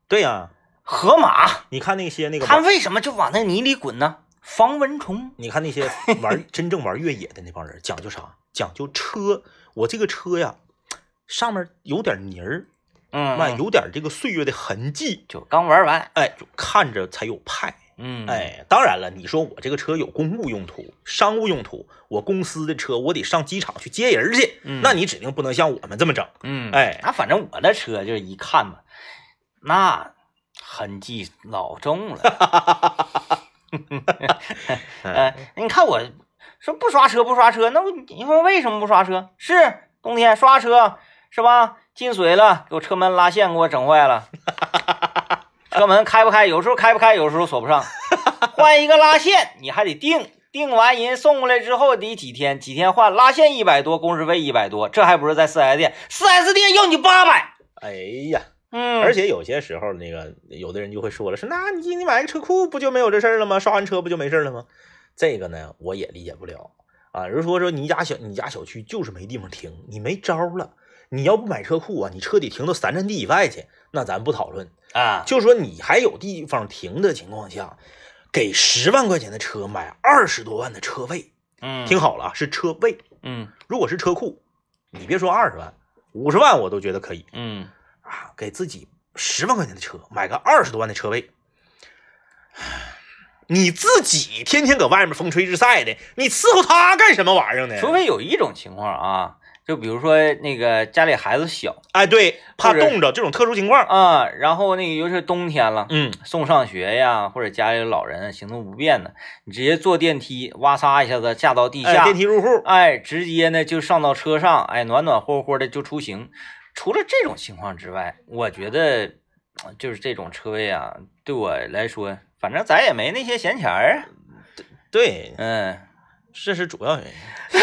[SPEAKER 2] 对呀、
[SPEAKER 1] 河马，
[SPEAKER 2] 你看那些那个
[SPEAKER 1] 它
[SPEAKER 2] 玩，
[SPEAKER 1] 为什么就往那泥里滚呢？防蚊虫，
[SPEAKER 2] 你看那些 玩真正玩越野的那帮人，讲究啥？讲究车，我这个车呀，上面有点泥儿，
[SPEAKER 1] 嗯，
[SPEAKER 2] 嘛，有点这个岁月的痕迹，
[SPEAKER 1] 就刚玩完，
[SPEAKER 2] 哎，就看着才有派。
[SPEAKER 1] 嗯，，
[SPEAKER 2] 哎，当然了，你说我这个车有公务用途、商务用途，我公司的车我得上机场去接人去，
[SPEAKER 1] 嗯
[SPEAKER 2] 那你指定不能像我们这么整。
[SPEAKER 1] 嗯，
[SPEAKER 2] 哎
[SPEAKER 1] 那反正我的车就是一看吧，那痕迹老重了。哎，你看我说不刷车不刷车，那我你说为什么不刷车？是冬天刷车是吧？进水了，给我车门拉线给我整坏了，车门开不开？有时候开不开，有时候锁不上，换一个拉线你还得定。定完人送过来之后得几天，几天换拉线一百多，工时费一百多，这还不是在四 S 店，四 S 店要你八百，
[SPEAKER 2] 哎呀，
[SPEAKER 1] 嗯，
[SPEAKER 2] 而且有些时候那个有的人就会说了，说那你你买个车库不就没有这事儿了吗？刷完车不就没事儿了吗？这个呢，我也理解不了啊。有人说说你家小你家小区就是没地方停，你没招儿了。你要不买车库啊，你车得停到三站地以外去，那咱不讨论。
[SPEAKER 1] 啊，
[SPEAKER 2] 就说你还有地方停的情况下，给十万块钱的车买二十多万的车位，
[SPEAKER 1] 嗯，
[SPEAKER 2] 听好了啊，是车位。
[SPEAKER 1] 嗯
[SPEAKER 2] 如果是车库，你别说二十万，五十万我都觉得可以
[SPEAKER 1] 嗯，
[SPEAKER 2] 啊。给自己十万块钱的车买个二十多万的车位，你自己天天搁外面风吹日晒的，你伺候他干什么玩意儿呢？
[SPEAKER 1] 除非有一种情况啊，就比如说那个家里孩子小。
[SPEAKER 2] 哎，对，怕
[SPEAKER 1] 或者
[SPEAKER 2] 冻着这种特殊情况，
[SPEAKER 1] 啊，然后那个尤其是冬天了，
[SPEAKER 2] 嗯，
[SPEAKER 1] 送上学呀，或者家里有老人行动不便的，你直接坐电梯，哇嚓一下子下到地
[SPEAKER 2] 哎，
[SPEAKER 1] 下，
[SPEAKER 2] 电梯入户，
[SPEAKER 1] 哎，直接呢就上到车上，哎，暖暖和和的就出行。除了这种情况之外，我觉得呃就是这种车位啊，对我来说，反正咱也没那些闲钱儿啊，
[SPEAKER 2] 对，
[SPEAKER 1] 嗯，
[SPEAKER 2] 这是主 要原因。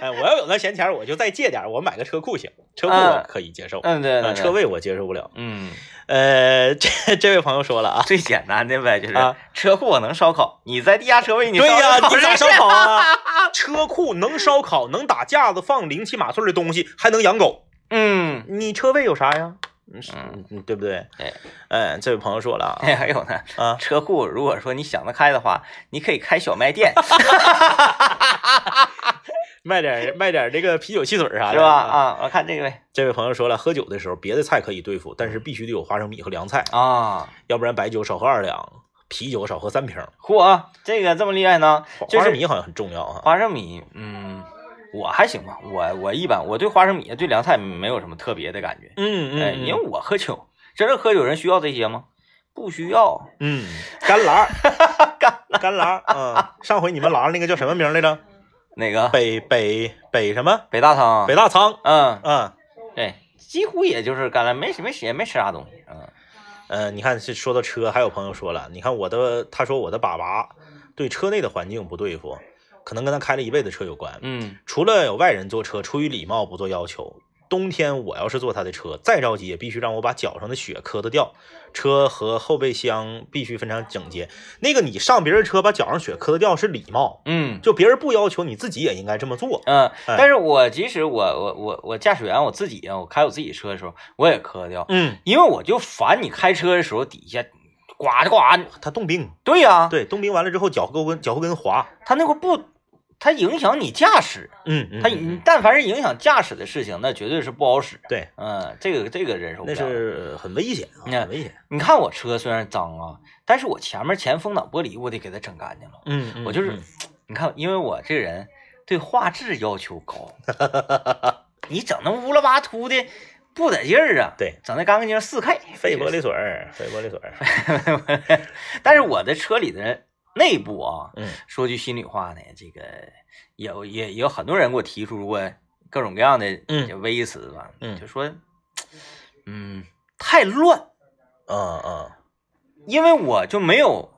[SPEAKER 2] 哎，我要有那闲钱儿，我就再借点儿，我买个车库行，车库我可以接受，
[SPEAKER 1] 嗯，对
[SPEAKER 2] 啊
[SPEAKER 1] 对
[SPEAKER 2] 车
[SPEAKER 1] 对，
[SPEAKER 2] 位我接受不了。
[SPEAKER 1] 嗯，
[SPEAKER 2] 呃，这这位朋友说了啊，
[SPEAKER 1] 最简单的呗，就是、
[SPEAKER 2] 啊
[SPEAKER 1] 车库我能烧烤，你在地下车位你
[SPEAKER 2] 对呀、
[SPEAKER 1] 烧烤
[SPEAKER 2] 你咋烧烤啊？ 车库能烧烤，能打架子，放零七马碎的东西，还能养狗，
[SPEAKER 1] 嗯，
[SPEAKER 2] 你车位有啥呀？嗯
[SPEAKER 1] 嗯
[SPEAKER 2] 嗯，对不对？
[SPEAKER 1] 对，
[SPEAKER 2] 哎，这位朋友说了啊
[SPEAKER 1] 哎，还有呢，
[SPEAKER 2] 啊，
[SPEAKER 1] 车库，如果说你想得开的话，你可以开小卖 店，
[SPEAKER 2] 卖点卖点这个啤酒、汽水啥的，
[SPEAKER 1] 是吧？？啊，我看这个呗
[SPEAKER 2] 这位朋友说了，喝酒的时候别的菜可以对付，但是必须得有花生米和凉菜，
[SPEAKER 1] 啊，
[SPEAKER 2] 要不然白酒少喝二两，啤酒少喝三瓶。
[SPEAKER 1] 嚯，啊这个这么厉害呢？
[SPEAKER 2] 花
[SPEAKER 1] 就是
[SPEAKER 2] 花生米好像很重要啊。
[SPEAKER 1] 花生米，嗯，我还行吧，我我一般，我对花生米对凉菜没有什么特别的感觉，
[SPEAKER 2] 嗯
[SPEAKER 1] 哎，因为我喝酒，真正喝酒人需要这些吗？不需要，
[SPEAKER 2] 嗯，干栏儿， 干栏儿，嗯，上回你们栏儿那个叫什么名来着？
[SPEAKER 1] 那个
[SPEAKER 2] 北北北什么？
[SPEAKER 1] 北大汤，
[SPEAKER 2] 北大仓。
[SPEAKER 1] 嗯，
[SPEAKER 2] 嗯，
[SPEAKER 1] 对，几乎也就是干了，没没也没吃啥东西，嗯，
[SPEAKER 2] 呃，你看是说到车，还有朋友说了，你看我的，他说我的粑粑对车内的环境不对付，可能跟他开了一辈子车有关。
[SPEAKER 1] 嗯
[SPEAKER 2] 除了有外人坐车，出于礼貌不做要求。冬天我要是坐他的车，再着急也必须让我把脚上的雪磕得掉。车和后备箱必须非常整洁。那个你上别人车把脚上雪磕得掉是礼貌，
[SPEAKER 1] 嗯。
[SPEAKER 2] 就别人不要求，你自己也应该这么做。
[SPEAKER 1] 嗯，
[SPEAKER 2] 哎
[SPEAKER 1] 但是我即使我我我我驾驶员我自己啊，我开我自己车的时候，我也磕掉，
[SPEAKER 2] 嗯，
[SPEAKER 1] 因为我就烦你开车的时候底下呱唧呱唧。
[SPEAKER 2] 他冻冰，
[SPEAKER 1] 对呀、
[SPEAKER 2] 对，冻冰完了之后脚后跟脚后跟滑。
[SPEAKER 1] 他那块不，他影响你驾驶，
[SPEAKER 2] 嗯嗯，
[SPEAKER 1] 他
[SPEAKER 2] 嗯嗯
[SPEAKER 1] 但凡是影响驾驶的事情，那绝对是不好使。
[SPEAKER 2] 对，
[SPEAKER 1] 嗯，这个这个人受不
[SPEAKER 2] 那
[SPEAKER 1] 了。
[SPEAKER 2] 是很危险啊，
[SPEAKER 1] 你看
[SPEAKER 2] 很危险。
[SPEAKER 1] 你看我车虽然脏啊，但是我前面前风挡玻璃我得给它整干净了。
[SPEAKER 2] 嗯
[SPEAKER 1] 我就是，你看，因为我这人对画质要求 高，你整那乌了巴秃的不得劲儿啊！
[SPEAKER 2] 对，
[SPEAKER 1] 整那干干净四 K
[SPEAKER 2] 废玻璃水儿，废玻璃水 儿。
[SPEAKER 1] 璃。 但是我的车里的内部啊，
[SPEAKER 2] 嗯
[SPEAKER 1] 说句心里话呢，这个也有也也有很多人给我提出过各种各样的
[SPEAKER 2] 嗯
[SPEAKER 1] 这微词吧，
[SPEAKER 2] 嗯
[SPEAKER 1] 就说，嗯，太乱，
[SPEAKER 2] 嗯嗯
[SPEAKER 1] 因为我就没有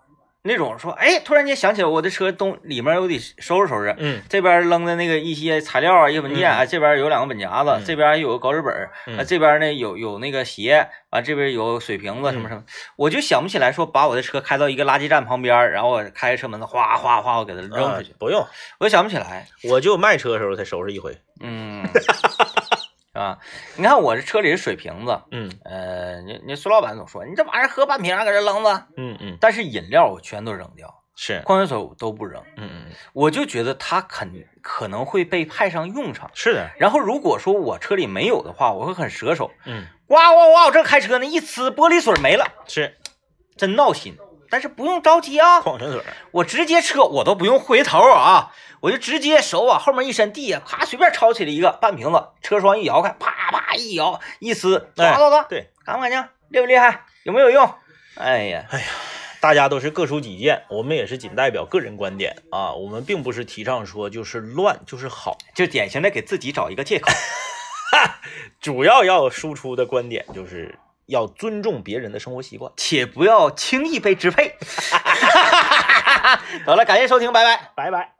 [SPEAKER 1] 那种说，哎，突然间想起来我的车东里面我得收拾收拾，
[SPEAKER 2] 嗯
[SPEAKER 1] 这边扔的那个一些材料啊，一些文件，
[SPEAKER 2] 嗯
[SPEAKER 1] 啊，这边有两个本夹子
[SPEAKER 2] 嗯，
[SPEAKER 1] 这边有个稿纸本儿，
[SPEAKER 2] 嗯
[SPEAKER 1] 啊，这边呢有有那个鞋，完这边有水瓶
[SPEAKER 2] 嗯
[SPEAKER 1] 子什么什么，我就想不起来说把我的车开到一个垃圾站旁边儿，然后我开个车门子哗哗哗我给它扔出去，
[SPEAKER 2] 啊不用，
[SPEAKER 1] 我想不起来，
[SPEAKER 2] 我就卖车的时候才收拾一回。
[SPEAKER 1] 嗯，啊，你看我这车里是水瓶子，
[SPEAKER 2] 嗯
[SPEAKER 1] 呃，你你苏老板总说你这玩意儿喝半瓶儿搁这扔着，
[SPEAKER 2] 嗯嗯，
[SPEAKER 1] 但是饮料我全都扔掉，
[SPEAKER 2] 是，
[SPEAKER 1] 矿泉水我都不扔，
[SPEAKER 2] 嗯嗯
[SPEAKER 1] 我就觉得它肯可能会被派上用场。
[SPEAKER 2] 是的，
[SPEAKER 1] 然后如果说我车里没有的话，我会很折手，
[SPEAKER 2] 嗯
[SPEAKER 1] 呱呱呱，我正开车呢，一呲玻璃水没了，
[SPEAKER 2] 是
[SPEAKER 1] 真闹心。但是不用着急啊，
[SPEAKER 2] 矿泉水儿，
[SPEAKER 1] 我直接车我都不用回头啊，我就直接手往后面一伸，地下咔随便抄起了一个半瓶子，车窗一摇开，啪啪一摇一呲，
[SPEAKER 2] 哎
[SPEAKER 1] 抓到它，
[SPEAKER 2] 对，
[SPEAKER 1] 干不干净？厉不厉害？有没有用？哎呀，
[SPEAKER 2] 大家都是各抒己见，我们也是仅代表个人观点啊，我们并不是提倡说就是乱就是好，
[SPEAKER 1] 就典型的给自己找一个借口。
[SPEAKER 2] 主要要输出的观点就是要尊重别人的生活习惯。
[SPEAKER 1] 且 不要轻易被支配。好了，感谢收听，拜拜。
[SPEAKER 2] 拜拜。